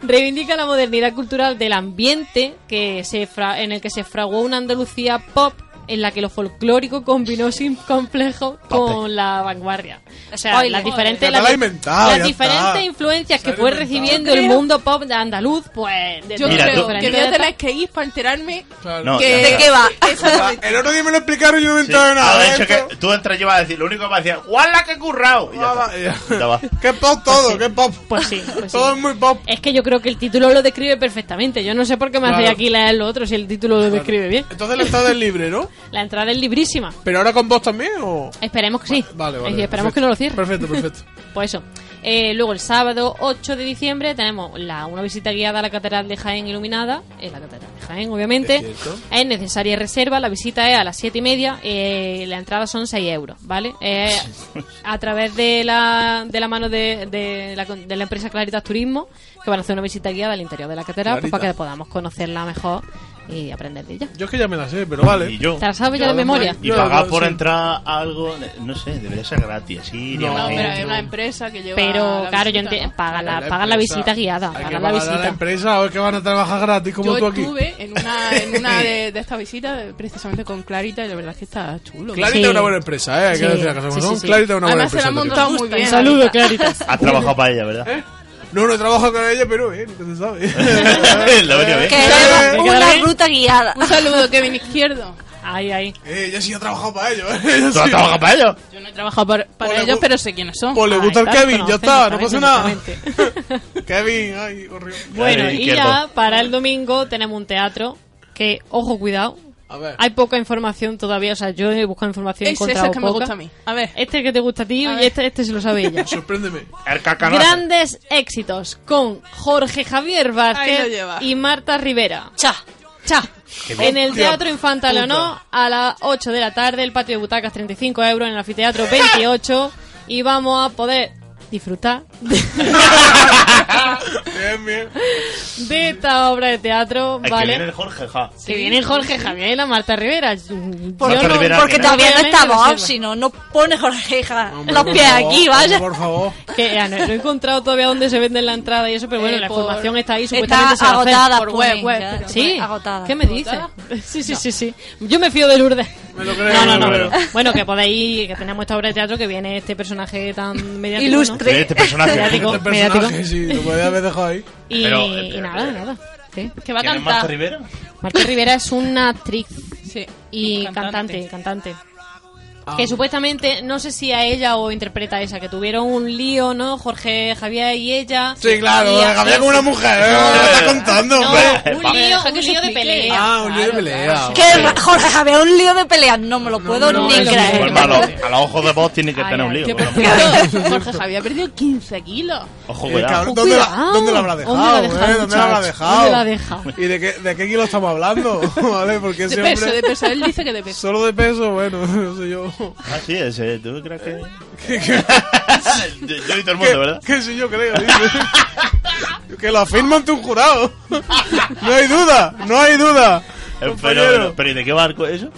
S3: reivindica la modernidad cultural del ambiente que se fra- en el que se fraguó una Andalucía pop en la que lo folclórico combinó sin complejo con la vanguardia. O sea,
S4: Spoiler.
S3: las diferentes,
S1: Ya te la
S3: las-
S1: he inventado,
S3: las
S1: ya
S3: diferentes
S1: está.
S3: influencias que
S1: Se la he
S3: fue
S1: inventado.
S3: recibiendo el mundo pop de andaluz, pues... de-
S5: Yo
S2: Mira,
S5: creo
S2: tú-
S5: que voy a tener que ir para enterarme
S1: Claro.
S2: No,
S5: que...
S2: ya, ya.
S4: ¿Qué va?
S1: Ah, El otro día me lo explicaron y yo no me
S2: Sí.
S1: enteré de
S2: No,
S1: nada.
S2: de hecho,
S1: ¿eh?
S2: que tú entras y vas a decir, lo único que vas a decir, ¡guala que he currao! Y ya
S1: Ah,
S2: está.
S1: va, ya.
S2: Ya va.
S1: ¡Qué pop todo! ¡Qué pop!
S3: Pues sí, pues sí.
S1: Todo es muy pop.
S3: Es que yo creo que el título lo describe perfectamente. Yo no sé por qué me
S1: Claro.
S3: hacéis aquí leer lo otro si el título lo describe bien.
S1: Entonces la entrada es libre, ¿no?
S3: La entrada es librísima.
S1: ¿Pero ahora con vos también o...?
S3: Esperemos que sí.
S1: Vale, vale.
S3: Y esperemos
S1: perfecto.
S3: que no lo cierre.
S1: Perfecto, perfecto.
S3: Pues eso. Eh, luego el sábado 8 de diciembre tenemos la, una visita guiada a la Catedral de Jaén iluminada. Es la Catedral de Jaén, obviamente.
S10: Es cierto.
S3: Es necesaria reserva. La visita es a las 7 y media. eh, la entrada son 6 euros, ¿vale? Eh, a través de la, de la mano de, de la, de la empresa Claritas Turismo, que van a hacer una visita guiada al interior de la catedral pues,
S1: Claritas.
S3: para que podamos conocerla mejor y aprender de ella.
S1: Yo es que ya me la sé, pero vale.
S2: Y yo.
S3: Te la sabes ya de memoria.
S2: Y pagar por
S1: sí.
S2: entrar a algo, no sé, debería ser gratis. Sí,
S5: No,
S2: la
S5: pero
S2: gente.
S5: es una empresa que lleva.
S3: Pero
S5: la
S3: claro, yo
S5: visita,
S3: entiendo.
S5: ¿no?
S3: Paga la,
S1: La
S3: paga la
S1: empresa.
S3: visita guiada.
S1: Hay que
S3: Paga la
S1: pagar a
S3: visita.
S1: la empresa o es que van a trabajar gratis como
S5: Yo
S1: tú aquí.
S5: estuve en una, en una de, de estas visitas eh, precisamente con Clarita y la verdad es que está chulo.
S1: Clarita
S3: Sí.
S1: es una buena empresa, ¿eh? Hay que
S3: Sí.
S1: decir las cosas como
S3: Sí, sí,
S1: son.
S3: sí.
S1: Clarita es una buena
S5: Además se
S1: empresa.
S5: la han
S1: te digo.
S5: montado muy bien.
S3: Saludo,
S5: Clarita.
S3: Claritas.
S2: Has trabajado para ella, ¿verdad?
S1: No, no he trabajado con ella, pero eh, nunca se sabe.
S2: la venía bien.
S4: Queremos
S3: ¿Te
S4: una
S3: quedas bien?
S4: ruta guiada.
S5: Un saludo, Kevin Izquierdo.
S3: Ay, ay.
S1: eh, ella sí ha trabajado para ellos. ¿eh? Ella
S2: ¿Tú has
S1: sí.
S2: trabajado para ellos?
S5: Yo no he trabajado para, para
S1: Pues le
S5: ellos,
S1: gu-
S5: pero sé quiénes son.
S1: Pues le
S3: Ahí
S1: gusta el
S3: está,
S1: Kevin, ya está, no pasa
S3: conocen
S1: nada.
S3: perfectamente.
S1: Kevin, ay, horrible.
S3: Bueno,
S2: Ahí,
S3: y
S2: izquierdo.
S3: ya para el domingo tenemos un teatro que, ojo, cuidado.
S1: A ver.
S3: Hay poca información todavía, o sea, yo he buscado información y he
S5: Ese es
S3: encontrado
S5: el que me
S3: poca.
S5: gusta a mí. A ver.
S3: Este que te gusta a ti
S5: A
S3: y
S5: ver.
S3: este, este se lo sabe ella.
S1: Sorpréndeme.
S2: El cacanote.
S3: Grandes éxitos con Jorge Javier
S5: Ahí lo
S3: Vázquez
S5: lleva.
S3: y Marta Rivera.
S4: Cha.
S3: Cha. En el
S1: Hostia
S3: Teatro Infanta
S1: puta.
S3: Leonor a las 8 de la tarde, el patio de butacas 35 euros, en el anfiteatro 28 y vamos a poder disfrutar
S1: Bien, bien.
S3: de esta obra de teatro,
S2: El que
S3: ¿vale?
S2: viene el Jorge, ja.
S3: Que viene Jorge Javier y la Marta Rivera.
S4: Por-
S2: Marta Rivera,
S4: porque
S2: ¿no?
S4: todavía no
S3: Obviamente lo
S4: estamos,
S3: sé.
S4: si no, no pone Jorgeja
S1: Hombre,
S4: los
S1: por
S4: pies
S1: favor,
S4: aquí, vaya.
S1: Por favor.
S3: Que ya no, no he encontrado todavía dónde se venden la entrada y eso, pero bueno,
S5: Eh,
S3: la
S5: por-
S3: información está ahí,
S4: Está
S3: supuestamente se va a hacer.
S4: agotada
S5: por
S4: ponen,
S5: web, web,
S4: ya.
S5: pero
S3: Sí,
S4: agotada.
S3: ¿Qué me dices?
S5: ¿Agotada?
S3: Sí, sí, sí, sí. Yo me fío de Lourdes.
S1: Me lo creo.
S3: No, no,
S1: me
S3: no.
S1: lo creo.
S3: Bueno, que podéis, que tenemos esta obra de teatro que viene este personaje tan mediático.
S4: Ilustre.
S2: Tiene Este personaje.
S3: Mediático.
S1: Este personaje, sí, lo podía haber dejado ahí.
S3: ¿no? Y,
S2: Pero,
S3: y
S2: eh,
S3: nada,
S2: eh,
S3: nada. Sí.
S5: Que va a
S2: ¿Quién es Marta
S5: cantar.
S2: Rivera?
S3: Marta Rivera es una actriz
S5: Sí.
S3: y cantante,
S5: Cantante.
S3: cantante. Que supuestamente, no sé si a ella o interpreta esa, que tuvieron un lío, ¿no? Jorge, Javier y ella.
S1: Sí, claro,
S3: Y-
S1: Gabriel como una mujer. ¿eh?
S3: No.
S1: ¿Qué me estás contando?
S3: No,
S1: hombre?
S3: un lío,
S5: Deja
S3: un
S5: que se
S3: lío de
S5: explique.
S3: pelea.
S1: Ah, un lío de pelea.
S4: Que ra- Jorge Javier, un lío de peleas, no me lo puedo
S3: no,
S4: ni
S3: no,
S2: Pues,
S4: creer.
S3: no,
S2: hermano, a los ojos de vos tiene que
S3: Ay,
S2: tener un
S3: ay,
S2: lío.
S5: Que
S2: por
S5: por
S2: lo menos.
S5: cierto, Jorge Javier ha perdido 15 kilos.
S2: Ojo,
S1: Eh,
S2: cuidado.
S1: cabrón, ¿Dónde la,
S3: Cuidado.
S1: ¿Dónde la habrá
S3: ¿Dónde
S1: dejado?
S3: la ha dejado,
S1: eh? ¿Dónde la habrá
S3: muchacho?
S1: dejado?
S3: ¿Dónde la ha dejado?
S1: ¿Y de qué, de qué kilo estamos hablando? ¿Vale? Porque
S5: De
S1: ese
S5: peso,
S1: hombre-
S5: de peso. Él dice que de peso.
S1: Solo de peso, bueno, no sé yo.
S2: Así es, eh, ¿tú crees que.? yo, yo y todo el mundo, ¿verdad?
S1: ¿Qué sé yo creo? dice. que lo afirma ante un jurado. no hay duda, no hay duda.
S2: El
S1: compañero.
S2: fenómeno. ¿Pero y de qué barco es eso?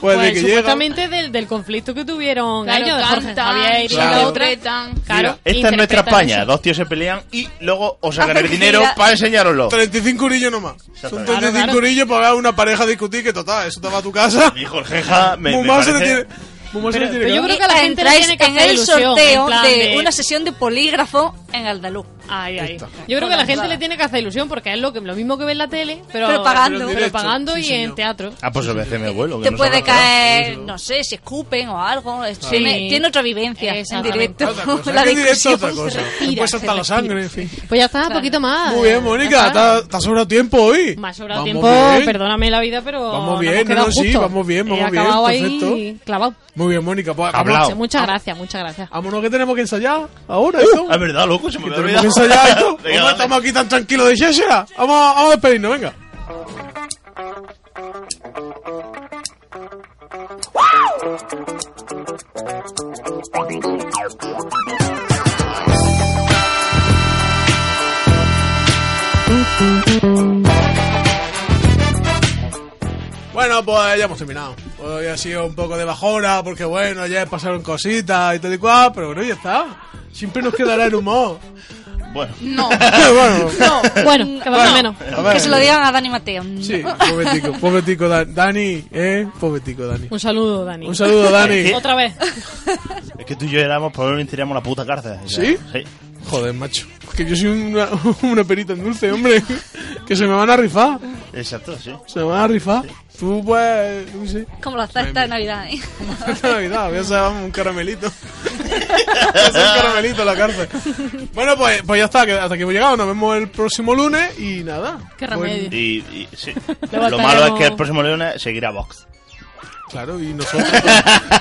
S1: Pues, de
S3: Pues
S1: que llega.
S3: supuestamente del, del conflicto que tuvieron ellos, de
S5: Claro,
S3: Jorge Javier y la
S5: cantan,
S1: Claro.
S3: otra.
S5: interpretan.
S3: Claro,
S2: Esta es nuestra
S3: interpretan
S2: España.
S3: eso.
S2: Dos tíos se pelean y luego os sacan el
S4: Mira.
S2: dinero para enseñároslo.
S1: 35 urillos nomás. Son
S2: Exactamente.
S1: 35
S3: Claro, claro.
S1: urillos para ver a una pareja discutir que total, eso te va a tu casa.
S2: Y Jorgeja me,
S1: Muy
S2: me
S1: mal se te
S2: parece-
S1: tiene. muy mal se te tiene
S3: pero
S1: que
S3: yo
S1: dar.
S3: creo que la gente le
S4: Entráis
S3: tiene que
S4: en
S3: hacer
S4: el
S3: ilusión,
S4: sorteo
S3: en plan
S4: de,
S3: de-
S4: una sesión de polígrafo en Andaluz.
S3: Ay, ay. Yo creo que a la gente le tiene que hacer ilusión porque es lo, que, lo mismo que ve en la tele, pero,
S4: Pero pagando. Pero en
S3: pero
S1: directo,
S3: pagando
S1: sí,
S3: y
S1: señor.
S3: en teatro.
S2: Ah, pues a veces me vuelo. que
S4: Te
S2: no
S4: puede
S2: se me acuerda.
S4: caer, no sé, si escupen o algo. es- Tiene, tiene otra vivencia en
S3: Exactamente.
S4: directo.
S1: Otra cosa,
S4: La
S1: es que es
S4: discusión.
S1: otra cosa.
S3: respira,
S1: Después
S3: se
S1: salta la
S3: respira.
S1: sangre, en fin.
S3: Pues ya está, poquito más.
S1: Muy bien,
S3: Ya
S1: Mónica,
S3: está.
S1: te ha- te ha sobrado tiempo hoy.
S3: Me ha
S1: Vamos
S3: sobrado tiempo,
S1: bien.
S3: perdóname la vida, pero.
S1: Vamos
S3: nos
S1: bien,
S3: hemos quedado
S1: no, sí,
S3: justo.
S1: vamos bien,
S3: He
S1: vamos bien,
S3: acabado ahí
S1: perfecto.
S3: clavado.
S1: Muy bien, Mónica, pues vamos.
S2: Hablao.
S3: Muchas gracias, muchas gracias.
S1: Vámonos que tenemos que ensayar ahora. ¿no?
S2: Ah, verdad, loco, se me
S1: Que
S2: había
S1: tenemos que
S2: olvidado.
S1: ensayar esto.
S2: Venga,
S1: Hombre,
S2: dale.
S1: estamos aquí tan tranquilos de Cheshira. Vamos, a- vamos a despedirnos, venga. Bueno, pues ya hemos terminado. Hoy ha sido un poco de bajona, porque bueno, ya pasaron cositas y tal y cual, pero bueno, ya está. Siempre nos quedará el humor.
S2: Bueno,
S5: No.
S1: bueno,
S3: Mm, Bueno, que más o menos.
S1: a ver.
S4: Que se lo digan a Dani Mateo.
S1: Sí, pobretico, pobretico Dan- Dani, eh, pobretico Dani.
S3: Un saludo, Dani.
S1: Un saludo, Dani.
S3: Otra vez.
S2: es que tú y yo éramos, probablemente iríamos la puta cárcel. O sea,
S1: ¿Sí?
S2: Sí.
S1: Joder, macho. Que yo soy una, una perita en dulce, hombre. Que se me van a rifar.
S2: Exacto, sí.
S1: Se me van a rifar. Tú, pues, no sé.
S4: Como la cesta de Navidad. ¿eh?
S1: Navidad, voy a hacer un caramelito. Voy a hacer un caramelito en la cárcel. Bueno, pues, pues ya está, que hasta aquí hemos llegado. Nos vemos el próximo lunes y nada.
S5: Qué
S1: Pues,
S5: remedio.
S2: Y, y- sí.
S3: Luego
S2: Lo malo es
S3: estaremos-
S2: que el próximo lunes seguirá Vox.
S1: Claro, y nosotros. bueno,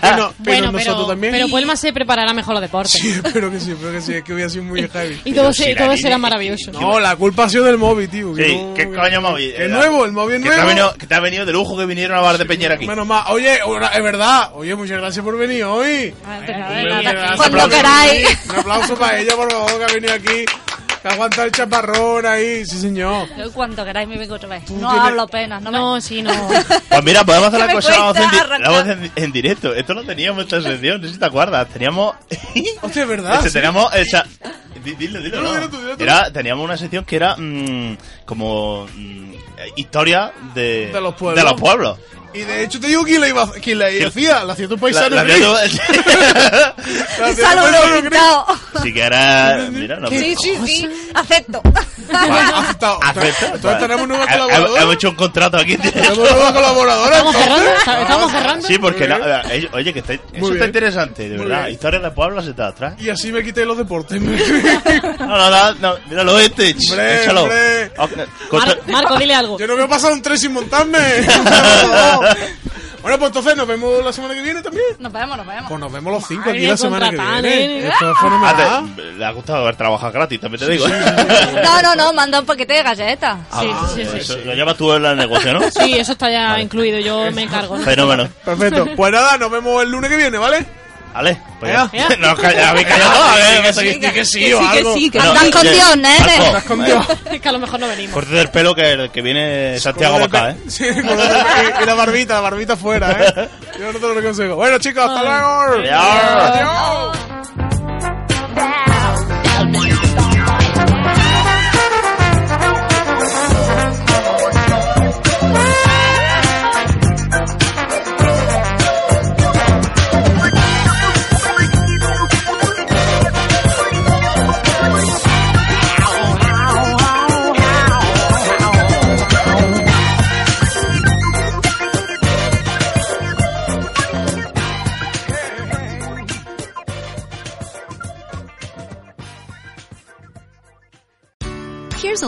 S1: pero
S3: Bueno,
S1: nosotros
S3: pero,
S1: también.
S3: pero pues Puelma se preparará mejor los deportes.
S1: Sí, espero que sí, espero que sí, es que hubiera sido muy heavy.
S3: Y todo, se- todo será maravilloso.
S1: No, la culpa ha sido del móvil, tío. que
S2: Sí,
S1: no-
S2: ¿qué coño móvil?
S1: que es nuevo, el móvil es
S2: Que te, ha
S1: nuevo.
S2: venido, que te ha venido de lujo que vinieron a hablar de Peñera aquí.
S1: Menos mal. Oye, ahora- es verdad. Oye, muchas gracias por venir hoy. Muchas gracias.
S4: Cuando
S1: Un aplauso
S4: queráis.
S1: para mí. Un aplauso para ella, por favor, que ha venido aquí. Que ha aguantado el chaparrón ahí. Sí, señor.
S4: Yo Cuando queráis me vengo otra vez.
S1: Tú
S4: No
S1: tienes-
S4: hablo pena, no,
S3: No,
S4: me...
S3: sí, no.
S2: Pues mira, podemos hacer la
S4: Me
S2: cosa la vamos a hacer en di-
S4: cuesta
S2: la vamos a hacer en, en directo. Esto lo teníamos esta sección, no sé si te acuerdas. Teníamos.
S1: Hostia, es verdad.
S2: este,
S1: Ah, sí.
S2: teníamos esa- di- Dilo, dilo,
S1: No,
S2: no.
S1: dilo tú, dilo tú.
S2: Era- teníamos una sección que era mm, como mm, eh, historia de,
S1: De los pueblos.
S2: de los pueblos.
S1: Y de hecho te digo quién la, iba, quién la hacía. La hacía tu
S2: La-
S1: paisano.
S2: la-
S1: Enrique. La hacía
S4: Saludos,
S1: tu paisano, Enrique.
S4: invitado.
S2: Así que era. Mira, no,
S4: Sí, sí, sí, acepto.
S1: Bueno, aceptado.
S2: Acepta.
S1: Entonces tenemos nueva
S2: Ha- ha- Hemos
S1: colaboradora.
S2: hecho un contrato aquí. en directo.
S1: Tenemos nueva colaboradora.
S3: Estamos cerrando,
S1: entonces.
S3: está- estamos cerrando.
S2: Sí, porque
S1: Muy bien.
S2: la- eh, oye, que está, eso
S1: bien.
S2: está interesante, de
S1: Muy
S2: verdad.
S1: bien.
S2: Historia de pueblos se está atrás.
S1: Y así me quité los deportes.
S2: No, no, no, no, míralo este, ch,
S1: Hombre,
S2: échalo.
S1: hombre.
S2: Ok, contra-
S3: Mar- Marco, dile algo.
S1: Yo no veo pasar un tren sin montarme. bueno, pues entonces nos vemos la semana que viene también.
S4: Nos vemos, nos vemos.
S1: Pues nos vemos los cinco
S3: Ay,
S1: aquí la semana que
S3: contratan,
S1: viene. Esto
S3: ¿eh?
S1: es
S2: Ah, te-
S1: fenomenal.
S2: le ha gustado haber trabajado gratis, también te digo. ¿eh? Ah,
S4: No, no, no, manda un paquete de galletas.
S3: Sí, sí, sí.
S2: Eso, lo llevas tú en la negocio, ¿no?
S3: Sí, eso está ya incluido, yo me encargo. ¿no?
S2: Fenómeno.
S1: Perfecto. Pues nada, nos vemos el lunes que viene, ¿vale?
S2: Vale, pues ya.
S3: Venga.
S2: No, calla, habéis callado todos, a ver, que soy-
S1: Di que sí, o
S7: que sí, que
S1: algo.
S7: sí, que
S2: No,
S4: Andan con
S2: ya-
S4: Dios, nene.
S2: Marco,
S1: Estás con Dios.
S3: Es que a lo mejor no venimos.
S2: Córtate el pelo que, el que viene Santiago
S1: Con la
S2: Macá,
S1: de-
S2: ¿eh?
S1: Sí, con la de- y, y la barbita, la barbita fuera, ¿eh? Yo no te lo reconsejo. Bueno, chicos, hasta luego.
S2: Adiós.
S1: Adiós.
S10: Here's a